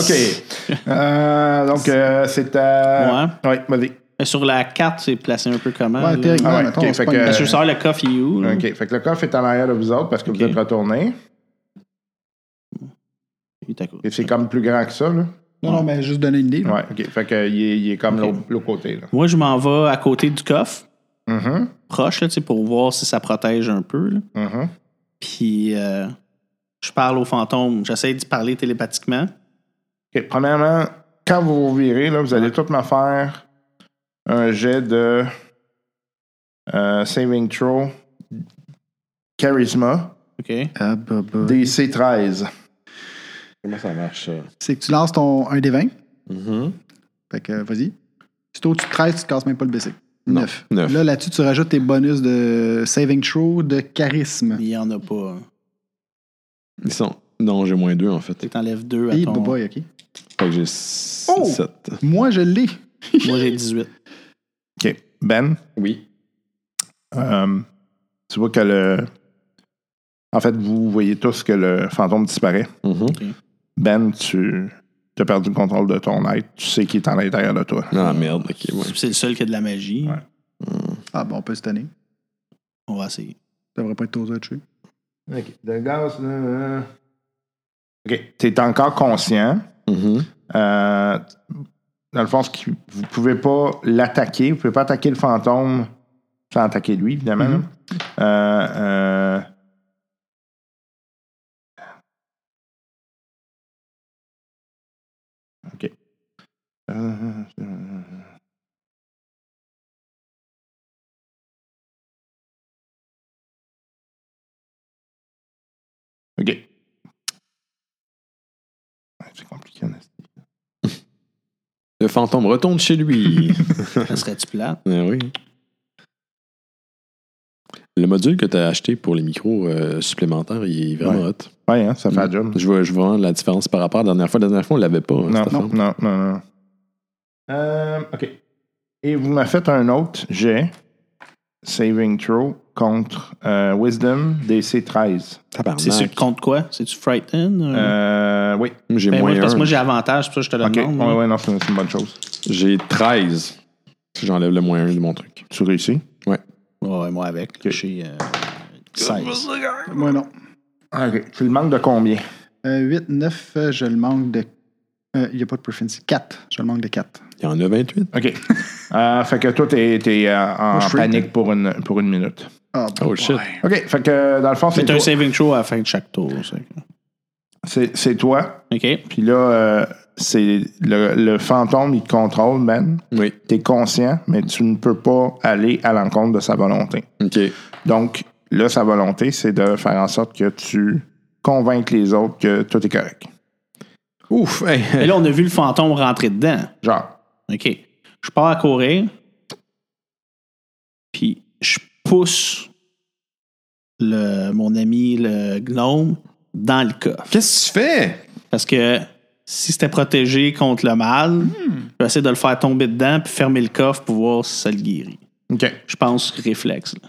[SPEAKER 2] (laughs) OK. Euh, donc, euh, c'est à...
[SPEAKER 3] Ouais.
[SPEAKER 2] Ouais, vas-y.
[SPEAKER 3] Mais Sur la carte, c'est placé un peu comment?
[SPEAKER 4] Ouais,
[SPEAKER 3] là?
[SPEAKER 4] théoriquement,
[SPEAKER 2] Ah ouais,
[SPEAKER 4] mettons,
[SPEAKER 2] ok,
[SPEAKER 4] on se
[SPEAKER 2] fait
[SPEAKER 4] pogne-
[SPEAKER 2] que-
[SPEAKER 3] Parce que je sors le coffre, il est où? là?
[SPEAKER 2] OK, fait que le coffre est en arrière de vous autres parce que
[SPEAKER 3] OK.
[SPEAKER 2] vous êtes retournés.
[SPEAKER 3] Il est à côté.
[SPEAKER 2] Et c'est comme plus grand que ça, là.
[SPEAKER 3] euh,
[SPEAKER 4] Non, non, mais juste donner une idée. là.
[SPEAKER 2] Ouais, OK. Fait que il est, il est comme l'autre- l'autre côté, là.
[SPEAKER 3] Moi, je m'en vais à côté du coffre,
[SPEAKER 2] Mhm,
[SPEAKER 3] proche, là, tu sais, pour voir si ça protège un peu. là.
[SPEAKER 2] mhm.
[SPEAKER 3] Puis, euh, je parle au fantôme. J'essaie d'y parler télépathiquement.
[SPEAKER 2] OK, premièrement, quand vous vous virez, là, vous allez toutes me faire un jet de euh, saving throw charisma
[SPEAKER 3] OK.
[SPEAKER 4] Ah, bah, bah.
[SPEAKER 2] DC 13.
[SPEAKER 1] Comment ça marche, ça?
[SPEAKER 4] C'est que tu lances ton 1 des 20.
[SPEAKER 2] Mm-hmm.
[SPEAKER 4] Fait que euh, vas-y. Si t'es au-dessus de 13, tu te casses même pas le BC.
[SPEAKER 1] Non.
[SPEAKER 4] 9.
[SPEAKER 1] Neuf.
[SPEAKER 4] Là, là-dessus, tu rajoutes tes bonus de saving throw, de charisme.
[SPEAKER 3] Il n'y en a pas.
[SPEAKER 1] Ils sont... Non, j'ai moins 2 en fait.
[SPEAKER 3] Tu enlèves deux à
[SPEAKER 4] Et
[SPEAKER 3] ton...
[SPEAKER 4] boy, ok.
[SPEAKER 1] Fait que j'ai
[SPEAKER 4] Oh!
[SPEAKER 1] 7.
[SPEAKER 4] Moi, je l'ai.
[SPEAKER 3] Moi, j'ai 18.
[SPEAKER 2] OK. Ben,
[SPEAKER 1] Oui.
[SPEAKER 2] euh, tu vois que le... En fait, vous voyez tous que le fantôme disparaît.
[SPEAKER 1] Mhm.
[SPEAKER 2] Ben, tu as perdu le contrôle de ton être. Tu sais qu'il est à l'intérieur de toi.
[SPEAKER 1] Ah merde, ok. ouais.
[SPEAKER 3] C'est le seul qui a de la magie.
[SPEAKER 2] Ouais.
[SPEAKER 4] Ah, bon, on peut se donner.
[SPEAKER 3] On va essayer.
[SPEAKER 4] Ça devrait pas être aux autres dessus.
[SPEAKER 2] OK. Tu es encore conscient.
[SPEAKER 1] Mhm.
[SPEAKER 2] Euh, dans le fond, ce qui- vous pouvez pas l'attaquer. Vous pouvez pas attaquer le fantôme sans attaquer lui, évidemment. là. Euh, euh, OK. Euh, euh, OK. Ouais, C'est compliqué, n'est-ce
[SPEAKER 1] Le fantôme retourne chez (laughs) lui.
[SPEAKER 3] Ça serait-tu plate?
[SPEAKER 1] Eh oui. Le module que tu as acheté pour les micros euh, supplémentaires, il est vraiment hot.
[SPEAKER 2] pas? Ouais, hein, ça fait la job.
[SPEAKER 1] Je vois, je vois la différence par rapport à la dernière fois. La dernière fois, on l'avait pas. hein,
[SPEAKER 2] Non,
[SPEAKER 1] cette
[SPEAKER 2] non,
[SPEAKER 1] affaire.
[SPEAKER 2] non, non, non. Euh, OK. Et vous m'avez fait un autre jet. Saving throw contre euh, Wisdom DC 13.
[SPEAKER 1] Tabarnak.
[SPEAKER 3] C'est sûr que compte quoi? C'est-tu frightened? ou-
[SPEAKER 2] Euh, oui.
[SPEAKER 1] J'ai
[SPEAKER 3] Ben,
[SPEAKER 1] moins
[SPEAKER 3] moi, parce
[SPEAKER 1] un.
[SPEAKER 3] que moi, j'ai avantage, c'est pour ça que je te le
[SPEAKER 2] OK.
[SPEAKER 3] demande.
[SPEAKER 2] Ouais, ouais, non, c'est une c'est une bonne chose.
[SPEAKER 1] J'ai 13. J'enlève le moins un de mon truc.
[SPEAKER 2] Tu réussis?
[SPEAKER 3] Ouais, moi avec.
[SPEAKER 2] Ok.
[SPEAKER 3] J'ai euh, 16.
[SPEAKER 4] Moi, non.
[SPEAKER 2] Ah, OK. Tu le manques de combien?
[SPEAKER 4] 8, 9, je le manque de. euh, Il n'y a pas de proficiency. 4. Je le manque de 4.
[SPEAKER 1] Il y en a 28.
[SPEAKER 2] OK. (laughs) Euh, fait que toi, t'es es, en
[SPEAKER 4] Moi, je suis-
[SPEAKER 2] panique pour une, pour une minute.
[SPEAKER 1] Oh shit.
[SPEAKER 2] OK. Fait que dans le fond, c'est
[SPEAKER 3] C'est
[SPEAKER 2] toi.
[SPEAKER 3] un saving throw à la fin de chaque tour. ça.
[SPEAKER 2] C'est c'est toi.
[SPEAKER 3] OK.
[SPEAKER 2] Puis là, euh, c'est le, le fantôme, il te contrôle, Ben.
[SPEAKER 1] Oui.
[SPEAKER 2] T'es conscient, mais tu ne peux pas aller à l'encontre de sa volonté.
[SPEAKER 1] OK.
[SPEAKER 2] Donc, là, sa volonté, c'est de faire en sorte que tu convainques les autres que tout est correct.
[SPEAKER 1] Ouf. hey. (laughs)
[SPEAKER 3] Et là, on a vu le fantôme rentrer dedans.
[SPEAKER 2] Genre,
[SPEAKER 3] OK. Je pars à courir. Puis je pousse le, mon ami le gnome dans le coffre.
[SPEAKER 1] Qu'est-ce que tu fais?
[SPEAKER 3] Parce que si c'était protégé contre le mal,
[SPEAKER 4] Hmm.
[SPEAKER 3] je vais essayer de le faire tomber dedans puis fermer le coffre pour voir si ça le guérit.
[SPEAKER 2] OK.
[SPEAKER 3] Je pense réflexe. là.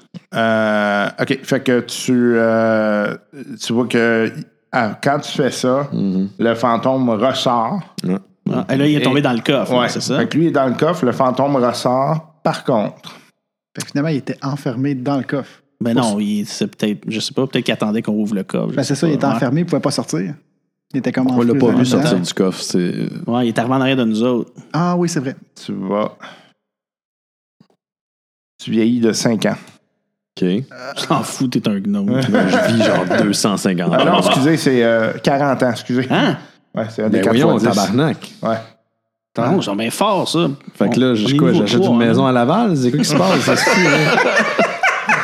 [SPEAKER 2] Euh, OK. Fait que tu, euh, tu vois que ah, quand tu fais ça, le fantôme ressort.
[SPEAKER 3] Ah, et là, il est tombé dans le coffre, là, c'est ça?
[SPEAKER 2] Fait que lui il est dans le coffre, le fantôme ressort. Par contre,
[SPEAKER 4] Fait que finalement, il était enfermé dans le coffre.
[SPEAKER 3] Mais Ben non, il- c'est peut-être, je sais pas, peut-être qu'il attendait qu'on ouvre le coffre. je
[SPEAKER 4] Ben, c'est
[SPEAKER 3] sais
[SPEAKER 4] ça, il
[SPEAKER 3] pas.
[SPEAKER 4] était enfermé, il ne pouvait pas sortir. Il était comme
[SPEAKER 1] On l'a pas
[SPEAKER 4] emprisonné
[SPEAKER 1] vu sortir
[SPEAKER 4] dedans.
[SPEAKER 1] du coffre. C'est.
[SPEAKER 3] Ouais, il est arrivé en arrière de nous autres.
[SPEAKER 4] Ah oui, c'est vrai.
[SPEAKER 2] tu vas. Tu vieillis de 5 ans.
[SPEAKER 1] OK.
[SPEAKER 3] Je t'en fous, t'es un gnome.
[SPEAKER 4] Euh.
[SPEAKER 1] Je vis genre (laughs) 250
[SPEAKER 2] Ah non, excusez, c'est euh, 40 ans, excusez.
[SPEAKER 3] Hein?
[SPEAKER 2] Ouais, c'est un des
[SPEAKER 1] Ben
[SPEAKER 2] 4
[SPEAKER 1] voyons,
[SPEAKER 2] fois 10.
[SPEAKER 1] tabarnak.
[SPEAKER 2] Ouais.
[SPEAKER 3] Non, j'en mets fort, ça.
[SPEAKER 1] Fait que là,
[SPEAKER 3] On
[SPEAKER 1] j'ai
[SPEAKER 3] est
[SPEAKER 1] quoi?
[SPEAKER 3] niveau
[SPEAKER 1] J'achète
[SPEAKER 3] trois,
[SPEAKER 1] une
[SPEAKER 3] hein.
[SPEAKER 1] maison à Laval? C'est quoi qui se passe? (laughs) Ça se fait, hein?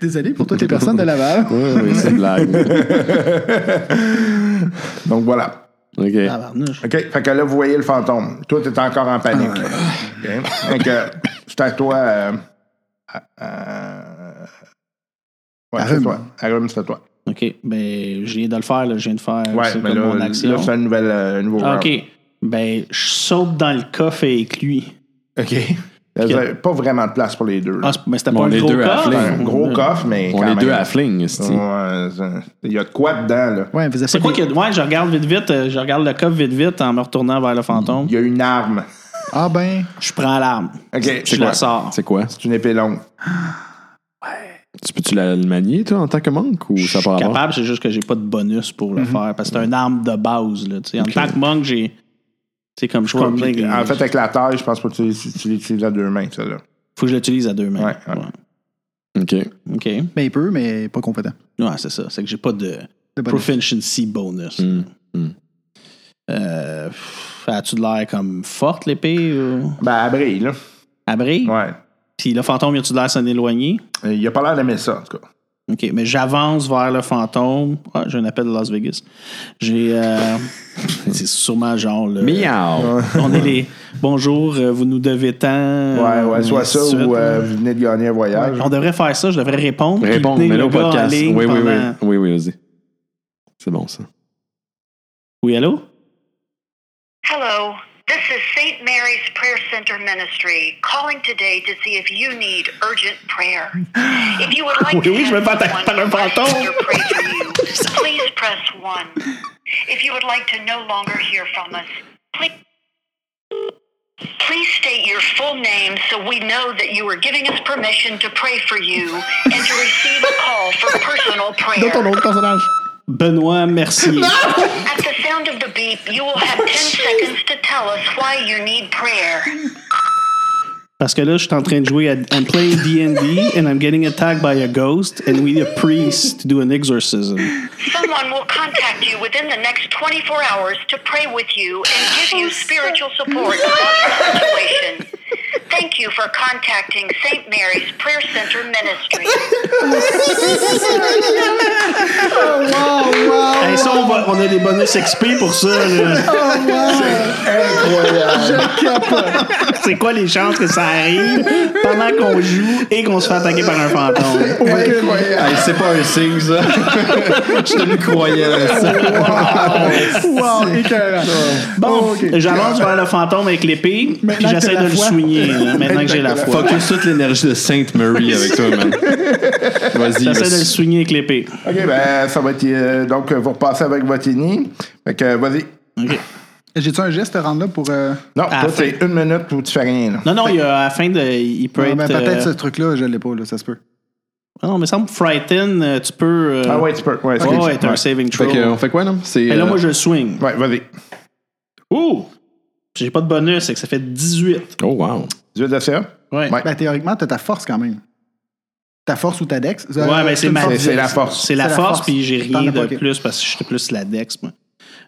[SPEAKER 4] Désolé pour toutes les personnes de Laval.
[SPEAKER 1] Oui, oui, c'est une blague.
[SPEAKER 2] Donc voilà.
[SPEAKER 1] OK.
[SPEAKER 3] Tabarnouche.
[SPEAKER 2] OK. Fait que là, vous voyez le fantôme. Toi, t'es encore en panique. OK. Fait que c'est à toi. euh, à- à- Ouais, c'est
[SPEAKER 4] Arum.
[SPEAKER 2] toi. Arum, c'est à toi.
[SPEAKER 3] OK, ben, je viens de le faire, là. Je viens de faire
[SPEAKER 2] Ouais,
[SPEAKER 3] c'est
[SPEAKER 2] mais
[SPEAKER 3] comme
[SPEAKER 2] là,
[SPEAKER 3] mon
[SPEAKER 2] là
[SPEAKER 3] action. Ah,
[SPEAKER 2] c'est un nouvel, euh, nouveau round.
[SPEAKER 3] OK, ben, je saute dans le coffre avec lui.
[SPEAKER 2] OK. Là, vous avez Pas vraiment de place pour les deux. là.
[SPEAKER 3] Ah, c'est- mais c'était
[SPEAKER 1] Bon,
[SPEAKER 3] pas
[SPEAKER 1] les
[SPEAKER 3] un gros
[SPEAKER 1] deux
[SPEAKER 3] coffre.
[SPEAKER 2] C'est
[SPEAKER 1] afflés.
[SPEAKER 2] un gros
[SPEAKER 3] Ouais.
[SPEAKER 2] coffre, mais
[SPEAKER 1] On
[SPEAKER 2] quand
[SPEAKER 1] est
[SPEAKER 2] même.
[SPEAKER 1] deux à fling, esti.
[SPEAKER 2] Ouais, c'est- Il y a de quoi dedans, là?
[SPEAKER 4] Ouais, il faisait
[SPEAKER 3] C'est
[SPEAKER 4] pas
[SPEAKER 3] quoi que. Ouais, je regarde vite, vite. euh, Je regarde le coffre vite, vite en me retournant vers le fantôme.
[SPEAKER 2] Il y a une arme.
[SPEAKER 4] Ah ben,
[SPEAKER 3] Je prends l'arme.
[SPEAKER 2] OK.
[SPEAKER 3] Je
[SPEAKER 2] C'est
[SPEAKER 3] la sors.
[SPEAKER 1] C'est quoi?
[SPEAKER 2] une épée longue.
[SPEAKER 1] Tu peux-tu la le manier, toi, en tant que monk? Ou
[SPEAKER 3] Je
[SPEAKER 1] ça
[SPEAKER 3] suis
[SPEAKER 1] part Mhm. avant?
[SPEAKER 3] capable, c'est juste que j'ai pas de bonus pour le faire. Parce que c'est une arme de base, là. tu sais. En tant que monk, j'ai. C'est comme je
[SPEAKER 2] Puis,
[SPEAKER 3] comprends.
[SPEAKER 2] en fait, avec la taille, je pense pas que tu, l'utilises- tu l'utilises à deux mains, ça, là.
[SPEAKER 3] faut que je l'utilise à deux mains.
[SPEAKER 2] Ouais, ouais.
[SPEAKER 1] OK.
[SPEAKER 3] OK.
[SPEAKER 4] ben il peut, mais pas compétent.
[SPEAKER 3] Ouais, c'est ça. C'est que j'ai pas de
[SPEAKER 4] De bonus.
[SPEAKER 3] proficiency bonus.
[SPEAKER 1] Hmm. Hmm.
[SPEAKER 3] Euh, pff, As-tu de l'air comme forte l'épée ou
[SPEAKER 2] Ben, elle brille, là.
[SPEAKER 3] abri?
[SPEAKER 2] Ouais.
[SPEAKER 3] Puis le fantôme, as-tu de l'air s'en éloigner?
[SPEAKER 2] Euh, Il a pas l'air d'aimer ça, en tout cas.
[SPEAKER 3] OK, mais j'avance vers le fantôme. Ah, j'ai un appel de Las Vegas. J'ai.
[SPEAKER 1] (laughs)
[SPEAKER 3] euh, c'est sûrement genre. le-
[SPEAKER 1] Miaou!
[SPEAKER 3] On est les. Bonjour, euh, vous nous devez tant.
[SPEAKER 2] Ouais,
[SPEAKER 3] euh,
[SPEAKER 2] ouais, soit
[SPEAKER 3] ainsi
[SPEAKER 2] ça
[SPEAKER 3] de suite.
[SPEAKER 2] ou euh, vous venez de gagner un voyage.
[SPEAKER 3] On devrait faire ça, je devrais répondre.
[SPEAKER 1] Réponds,
[SPEAKER 3] mais
[SPEAKER 1] mets-le au podcast. Oui, oui, oui. Oui, oui, vas-y. C'est bon, ça.
[SPEAKER 3] Oui, allô?
[SPEAKER 7] Hello, this is St. Mary's Prayer Center Ministry calling today to see if you need urgent prayer. If you would like
[SPEAKER 3] Oui,
[SPEAKER 7] to
[SPEAKER 3] oui, je me
[SPEAKER 7] have
[SPEAKER 3] fais attaquer
[SPEAKER 7] someone
[SPEAKER 3] par un
[SPEAKER 7] bless
[SPEAKER 3] fantôme.
[SPEAKER 7] or pray for you, please press 1. If you would like to no longer hear from us, please, please state your full name so we know that you are giving us permission to pray for you and to receive a call for personal prayer.
[SPEAKER 3] Benoît
[SPEAKER 2] (laughs)
[SPEAKER 3] Mercier.
[SPEAKER 7] At the sound of the beep, you will have 10 seconds to tell us why you need prayer.
[SPEAKER 3] Parce que là, je suis en train de jouer à I'm playing D&D and I'm getting attacked by a ghost and we need a priest to do an exorcism.
[SPEAKER 7] Someone will contact you within the next 24 hours to pray with you and give you spiritual support about your situation. Thank you for contacting St. Mary's Prayer Center Ministry.
[SPEAKER 3] Hey, ça, on, va- on a des bonus XP pour ça. là.
[SPEAKER 4] Ah, (laughs)
[SPEAKER 3] C'est quoi les chances que ça arrive pendant qu'on joue et qu'on se fait attaquer par un fantôme?
[SPEAKER 1] Hey, c'est pas un signe, ça. Je te le croyais, ça.
[SPEAKER 4] Wow, écœurant.
[SPEAKER 3] Bon,
[SPEAKER 4] Oh, ok.
[SPEAKER 3] j'avance vers le fantôme avec l'épée, puis
[SPEAKER 4] Maintenant que
[SPEAKER 3] j'essaie de
[SPEAKER 4] t'as la
[SPEAKER 3] le
[SPEAKER 4] foi.
[SPEAKER 3] soigner là, maintenant que j'ai la foi.
[SPEAKER 1] Focus toute l'énergie de Sainte Marie avec toi, man. Vas-y.
[SPEAKER 3] J'essaie de le
[SPEAKER 1] vas-y.
[SPEAKER 3] soigner avec l'épée.
[SPEAKER 2] OK, ben, ça va être. euh, donc, vous repassez avec votre ini. Fait que, euh, vas-y.
[SPEAKER 3] OK.
[SPEAKER 4] J'ai-tu un geste à rendre là pour. euh,
[SPEAKER 8] Non,
[SPEAKER 3] À
[SPEAKER 8] toi,
[SPEAKER 3] la
[SPEAKER 8] c'est une minute où tu fais rien. là.
[SPEAKER 3] Non, non, il y a, à la fin, de, il peut
[SPEAKER 4] ouais,
[SPEAKER 3] être.
[SPEAKER 4] ben, Peut-être
[SPEAKER 3] euh,
[SPEAKER 4] ce truc-là, je l'ai pas, là, ça se peut.
[SPEAKER 3] Ah non, mais semble Frighten, euh, tu peux. euh,
[SPEAKER 8] Ah ouais, tu peux. Ouais,
[SPEAKER 3] ouais,
[SPEAKER 8] excuse.
[SPEAKER 3] ouais, t'as un saving
[SPEAKER 1] Fait
[SPEAKER 3] throw.
[SPEAKER 1] que, euh, on fait quoi, non? C'est.
[SPEAKER 3] Mais là,
[SPEAKER 1] euh,
[SPEAKER 3] moi, je le swing.
[SPEAKER 8] Ouais, vas-y.
[SPEAKER 3] Ouh! J'ai pas de bonus, c'est que ça fait 18.
[SPEAKER 1] Oh, wow.
[SPEAKER 8] 18 de ça.
[SPEAKER 3] Ouais.
[SPEAKER 8] Ouais.
[SPEAKER 4] Ben, théoriquement, t'as ta force quand même. Ta force ou ta dex. euh,
[SPEAKER 3] Ouais, mais c'est
[SPEAKER 4] une
[SPEAKER 3] ma-
[SPEAKER 4] force.
[SPEAKER 8] C'est c'est la force.
[SPEAKER 3] C'est la,
[SPEAKER 4] C'est la
[SPEAKER 3] force,
[SPEAKER 4] force.
[SPEAKER 3] puis j'ai
[SPEAKER 4] T'en
[SPEAKER 3] rien
[SPEAKER 4] as
[SPEAKER 3] de
[SPEAKER 4] pas, ok.
[SPEAKER 3] plus parce que j'étais plus la dex, moi.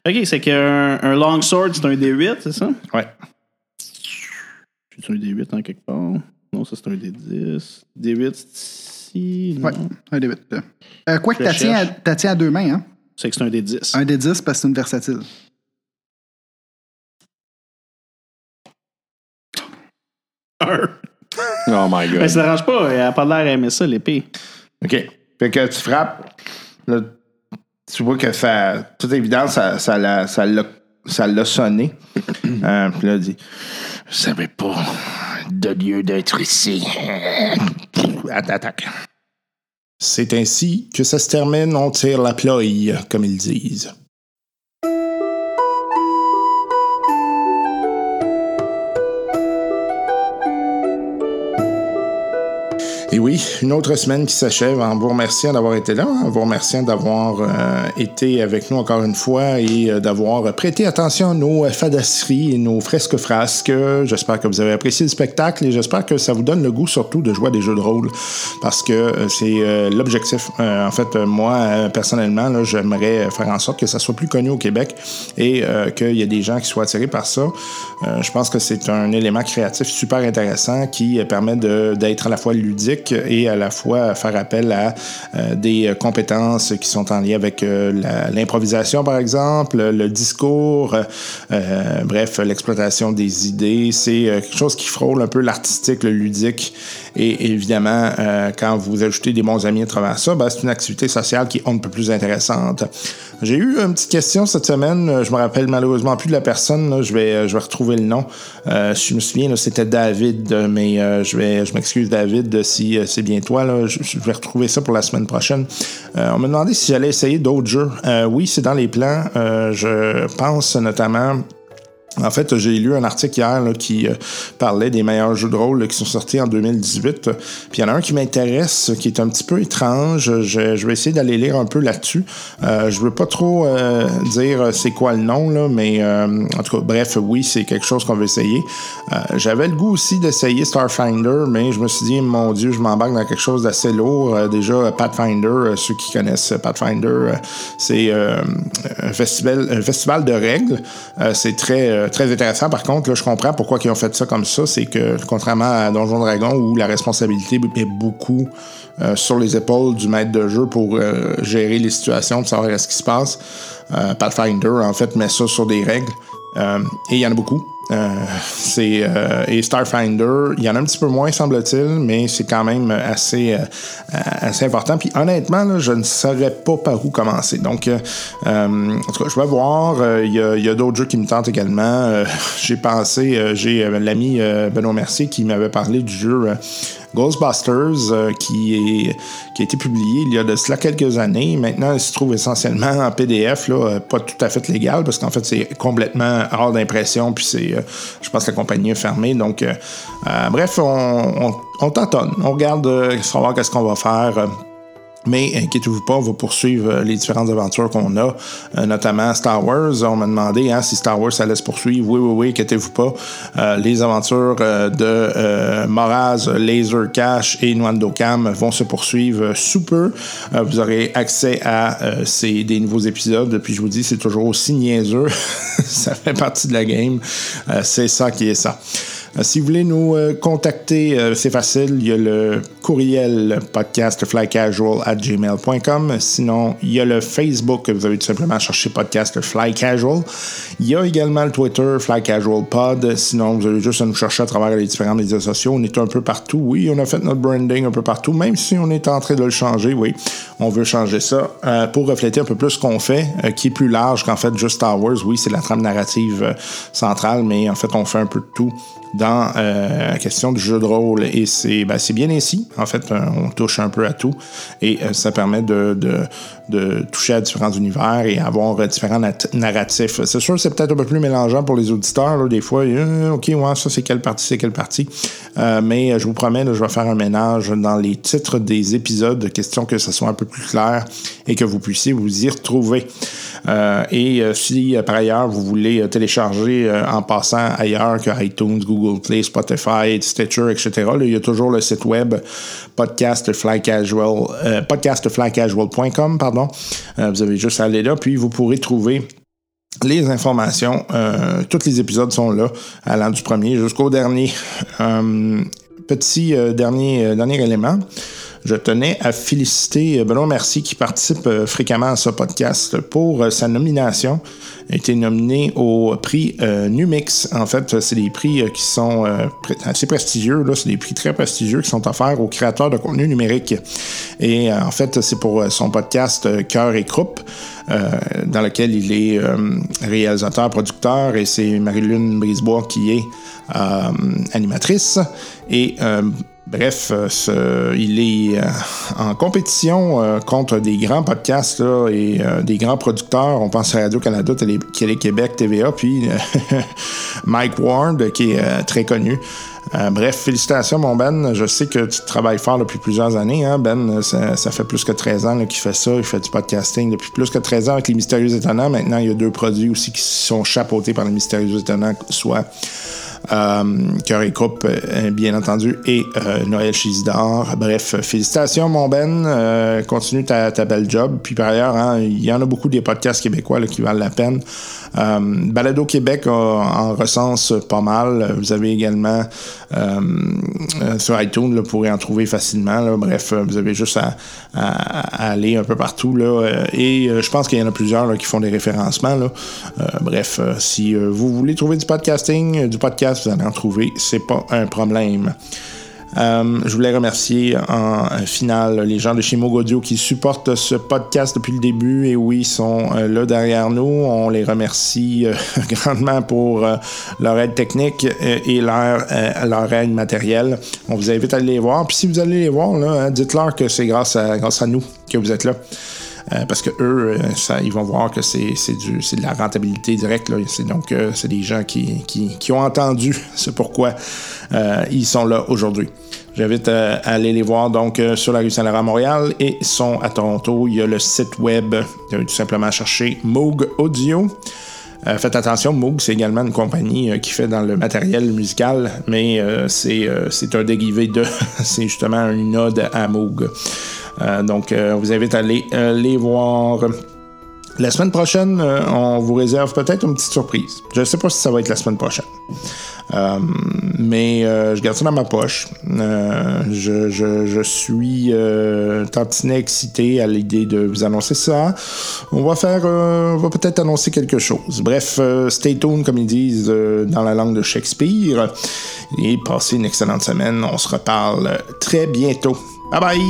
[SPEAKER 3] Ok, c'est qu'un un long sword, c'est un D8, c'est ça?
[SPEAKER 8] Ouais.
[SPEAKER 3] C'est un D8 en quelque part. Non, ça c'est un D10. D8, c'est ici. Non.
[SPEAKER 4] Ouais, un des huit, là. Euh, quoi que
[SPEAKER 3] Je
[SPEAKER 4] t'as tiens, à-
[SPEAKER 3] cherche.
[SPEAKER 4] t'as tiens à deux mains, hein?
[SPEAKER 3] C'est que c'est un D10.
[SPEAKER 4] Un des 10 parce que c'est une versatile.
[SPEAKER 1] Oh, my
[SPEAKER 3] Mais
[SPEAKER 1] God.
[SPEAKER 3] ça l'arrange pas, elle a pas l'air à aimer ça, l'épée.
[SPEAKER 8] OK. Fait que tu frappes, là, tu vois que ça, toute évidence, ça, ça, l'a, ça, l'a, ça l'a sonné. (clears throat) Euh, puis là, il dit Je savais pas de lieu d'être (clears throat) ici. Att- Attaque.
[SPEAKER 2] C'est ainsi que ça se termine, on tire la ploie, comme ils disent. Et oui, une autre semaine qui s'achève en vous remerciant d'avoir été là, en vous remerciant d'avoir euh, été avec nous encore une fois et euh, d'avoir prêté attention à nos euh, fadasseries et nos fresques frasques. J'espère que vous avez apprécié le spectacle et j'espère que ça vous donne le goût surtout de jouer à des jeux de rôle parce que euh, c'est euh, l'objectif. Euh, en fait, euh, moi, euh, personnellement, là, j'aimerais faire en sorte que ça soit plus connu au Québec et euh, qu'il y ait des gens qui soient attirés par ça. Euh, je pense que c'est un élément créatif super intéressant qui euh, permet de- d'être à la fois ludique et à la fois faire appel à euh, des euh, compétences qui sont en lien avec euh, la- l'improvisation, par exemple, le discours, euh, euh, bref, l'exploitation des idées. C'est euh, quelque chose qui frôle un peu l'artistique, le ludique. Et évidemment, euh, quand vous ajoutez des bons amis à travers ça, ben, c'est une activité sociale qui est un peu plus intéressante. J'ai eu une petite question cette semaine. Euh, Je me rappelle malheureusement plus de la personne. là. Je, vais, euh, je vais retrouver le nom. Euh, je me souviens, là, c'était David, euh, mais euh, je, vais, je m'excuse, David, si euh, c'est bien toi. Là. Je, je vais retrouver ça pour la semaine prochaine. Euh, on m'a demandé si j'allais essayer d'autres jeux. Euh, oui, c'est dans les plans. Euh, je pense notamment en fait, j'ai lu un article hier là, qui euh, parlait des meilleurs jeux de rôle là, qui sont sortis en 2018. Puis il y en a un qui m'intéresse, qui est un petit peu étrange. Je, je vais essayer d'aller lire un peu là-dessus. Euh, je veux pas trop euh, dire c'est quoi le nom, là, mais euh, en tout cas, bref, oui, c'est quelque chose qu'on veut essayer. Euh, J'avais le goût aussi d'essayer Starfinder, mais je me suis dit, mon Dieu, je m'embarque dans quelque chose d'assez lourd. Euh, déjà, euh, Pathfinder, euh, ceux qui connaissent euh, Pathfinder, euh, c'est euh, un, festival, un festival de règles. Euh, c'est très, euh, très intéressant. Par contre, là, je comprends pourquoi ils ont fait ça comme ça. C'est que, contrairement à Donjon Dragon, où la responsabilité est beaucoup euh, sur les épaules du maître de jeu pour euh, gérer les situations, pour savoir ce qui se passe, euh, Pathfinder, en fait, met ça sur des règles. Euh, et il y en a beaucoup. Euh, c'est euh, et Starfinder, il y en a un petit peu moins semble-t-il, mais c'est quand même assez euh, assez important. Puis honnêtement, là, je ne saurais pas par où commencer. Donc, euh, euh, en tout cas, je vais voir. Euh, Il y a- il y a, d'autres jeux qui me tentent également. Euh, (laughs) j'ai pensé, euh, j'ai euh, l'ami euh, Benoît Mercier qui m'avait parlé du jeu euh, Ghostbusters euh, qui est qui a été publié il y a de cela quelques années. Maintenant, il se trouve essentiellement en PDF, là, euh, pas tout à fait légal, parce qu'en fait, c'est complètement hors d'impression, puis c'est, euh, je pense que la compagnie est fermée. Donc, euh, euh, bref, on, on, on tâtonne. On regarde, euh, savoir qu'est-ce qu'on va faire. euh, mais inquiétez-vous pas, on va poursuivre euh, les différentes aventures qu'on a, euh, notamment Star Wars. On m'a demandé hein, si Star Wars allait se poursuivre. Oui, oui, oui, inquiétez-vous pas. Euh, les aventures euh, de euh, Moraz, Laser Cash et Nwando Cam vont se poursuivre euh, sous peu. Euh, vous aurez accès à euh, ces, des nouveaux épisodes. Puis je vous dis, c'est toujours aussi niaiseux. (laughs) ça fait partie de la game. Euh, c'est ça qui est ça. Euh, Si vous voulez nous euh, contacter, euh, c'est facile. Il y a le courriel podcastflycasual at gmail.com. Sinon, il y a le Facebook. Vous avez tout simplement cherché podcast Fly Casual. Il y a également le Twitter Fly Casual Pod. Sinon, vous avez juste à nous chercher à travers les différents médias sociaux. On est un peu partout. Oui, on a fait notre branding un peu partout, même si on est en train de le changer. Oui, on veut changer ça euh, pour refléter un peu plus ce qu'on fait, euh, qui est plus large qu'en fait juste Star Wars. Oui, c'est la trame narrative euh, centrale, mais en fait, on fait un peu de tout dans euh, la question du jeu de rôle. Et c'est ben, c'est bien ainsi. En fait, euh, on touche un peu à tout. Et
[SPEAKER 9] euh, ça permet de, de- de toucher à différents univers et avoir euh, différents nat- narratifs. C'est sûr, c'est peut-être un peu plus mélangeant pour les auditeurs. là. des fois, euh, OK, ouais, ça c'est quelle partie, c'est quelle partie. Euh, mais euh, je vous promets, là, je vais faire un ménage dans les titres des épisodes, question que ce soit un peu plus clair et que vous puissiez vous y retrouver. Euh, et euh, si, euh, par ailleurs, vous voulez euh, télécharger euh, en passant ailleurs que iTunes, Google Play, Spotify, Stitcher, etc., là, il y a toujours le site web podcastflycasual, euh, podcastflycasual.com, pardon. Euh, vous avez juste à aller là, puis vous pourrez trouver les informations. euh, tous les épisodes sont là, allant du premier jusqu'au dernier. Euh, petit euh, dernier, euh, dernier élément. Je tenais à féliciter euh, Benoît Mercier qui participe euh, fréquemment à ce podcast pour euh, sa nomination. Il a été nominé au prix euh, Numix. En fait, c'est des prix euh, qui sont euh, pr- assez prestigieux. là. C'est des prix très prestigieux qui sont offerts aux créateurs de contenu numérique. Et euh, en fait, c'est pour euh, son podcast euh, Cœur et Croupe, euh, dans lequel il est euh, réalisateur, producteur, et c'est Marie-Lune Brisebois qui est euh, animatrice. Et euh, bref, euh, ce- il est euh, en compétition euh, contre des grands podcasts là, et euh, des grands producteurs. On pense à Radio-Canada, Télé- Télé-Québec, TVA, puis euh, (laughs) Mike Ward, qui est euh, très connu. Euh, bref, félicitations, mon Ben. Je sais que tu travailles fort depuis plusieurs années. hein, ben, ça, ça fait plus que 13 ans là, qu'il fait ça. Il fait du podcasting depuis plus que 13 ans avec les Mystérieux Étonnants. Maintenant, il y a deux produits aussi qui sont chapeautés par les Mystérieux Étonnants, soit euh, Cœur et Coupe, euh, bien entendu, et euh, Noël Chisidor. Bref, euh, félicitations, mon Ben. Euh, continue ta, ta belle job. Puis par ailleurs, hein, il y en a beaucoup des podcasts québécois là, qui valent la peine. Euh, Balado Québec euh, en recense pas mal. Vous avez également euh, euh, sur iTunes, là, vous pourrez en trouver facilement. là. Bref, euh, vous avez juste à, à- à aller un peu partout. Là, Euh, et euh, je pense qu'il y en a plusieurs là, qui font des référencements. là. Euh, bref, euh, si euh, vous voulez trouver du podcasting, euh, du podcast, vous allez en trouver. C'est pas un problème. Euh, je voulais remercier en euh, finale les gens de chez Mogodio qui supportent ce podcast depuis le début et oui, ils sont euh, là derrière nous. On les remercie euh, (laughs) grandement pour euh, leur aide technique euh, et leur, euh, leur aide matérielle. On vous invite à aller les voir. Puis si vous allez les voir, là, hein, dites-leur que c'est grâce à, grâce à nous que vous êtes là. Euh, parce que eux, euh, ça, ils vont voir que c'est c'est du- c'est de la rentabilité directe. là. C'est donc euh, c'est des gens qui, qui- qui ont entendu (laughs) ce pourquoi euh, ils sont là aujourd'hui. J'invite euh, à aller les voir donc euh, sur la rue Saint-Laurent à Montréal et ils sont à Toronto. Il y a le site web, vous avez tout simplement chercher Moog Audio. Euh, faites attention, Moog, c'est également une compagnie euh, qui fait dans le matériel musical, mais euh, c'est euh, c'est un dérivé de. (laughs) c'est justement une ode à Moog. Euh, donc, euh, on vous invite à aller euh, les voir. La semaine prochaine, euh, on vous réserve peut-être une petite surprise. Je ne sais pas si ça va être la semaine prochaine. Euh, mais euh, je garde ça dans ma poche. Euh, je, je- je suis euh, tantinet excité à l'idée de vous annoncer ça. On va faire, euh, on va peut-être annoncer quelque chose. Bref, euh, stay tuned comme ils disent euh, dans la langue de Shakespeare. euh, Et passez une excellente semaine. On se reparle très bientôt. Bye bye.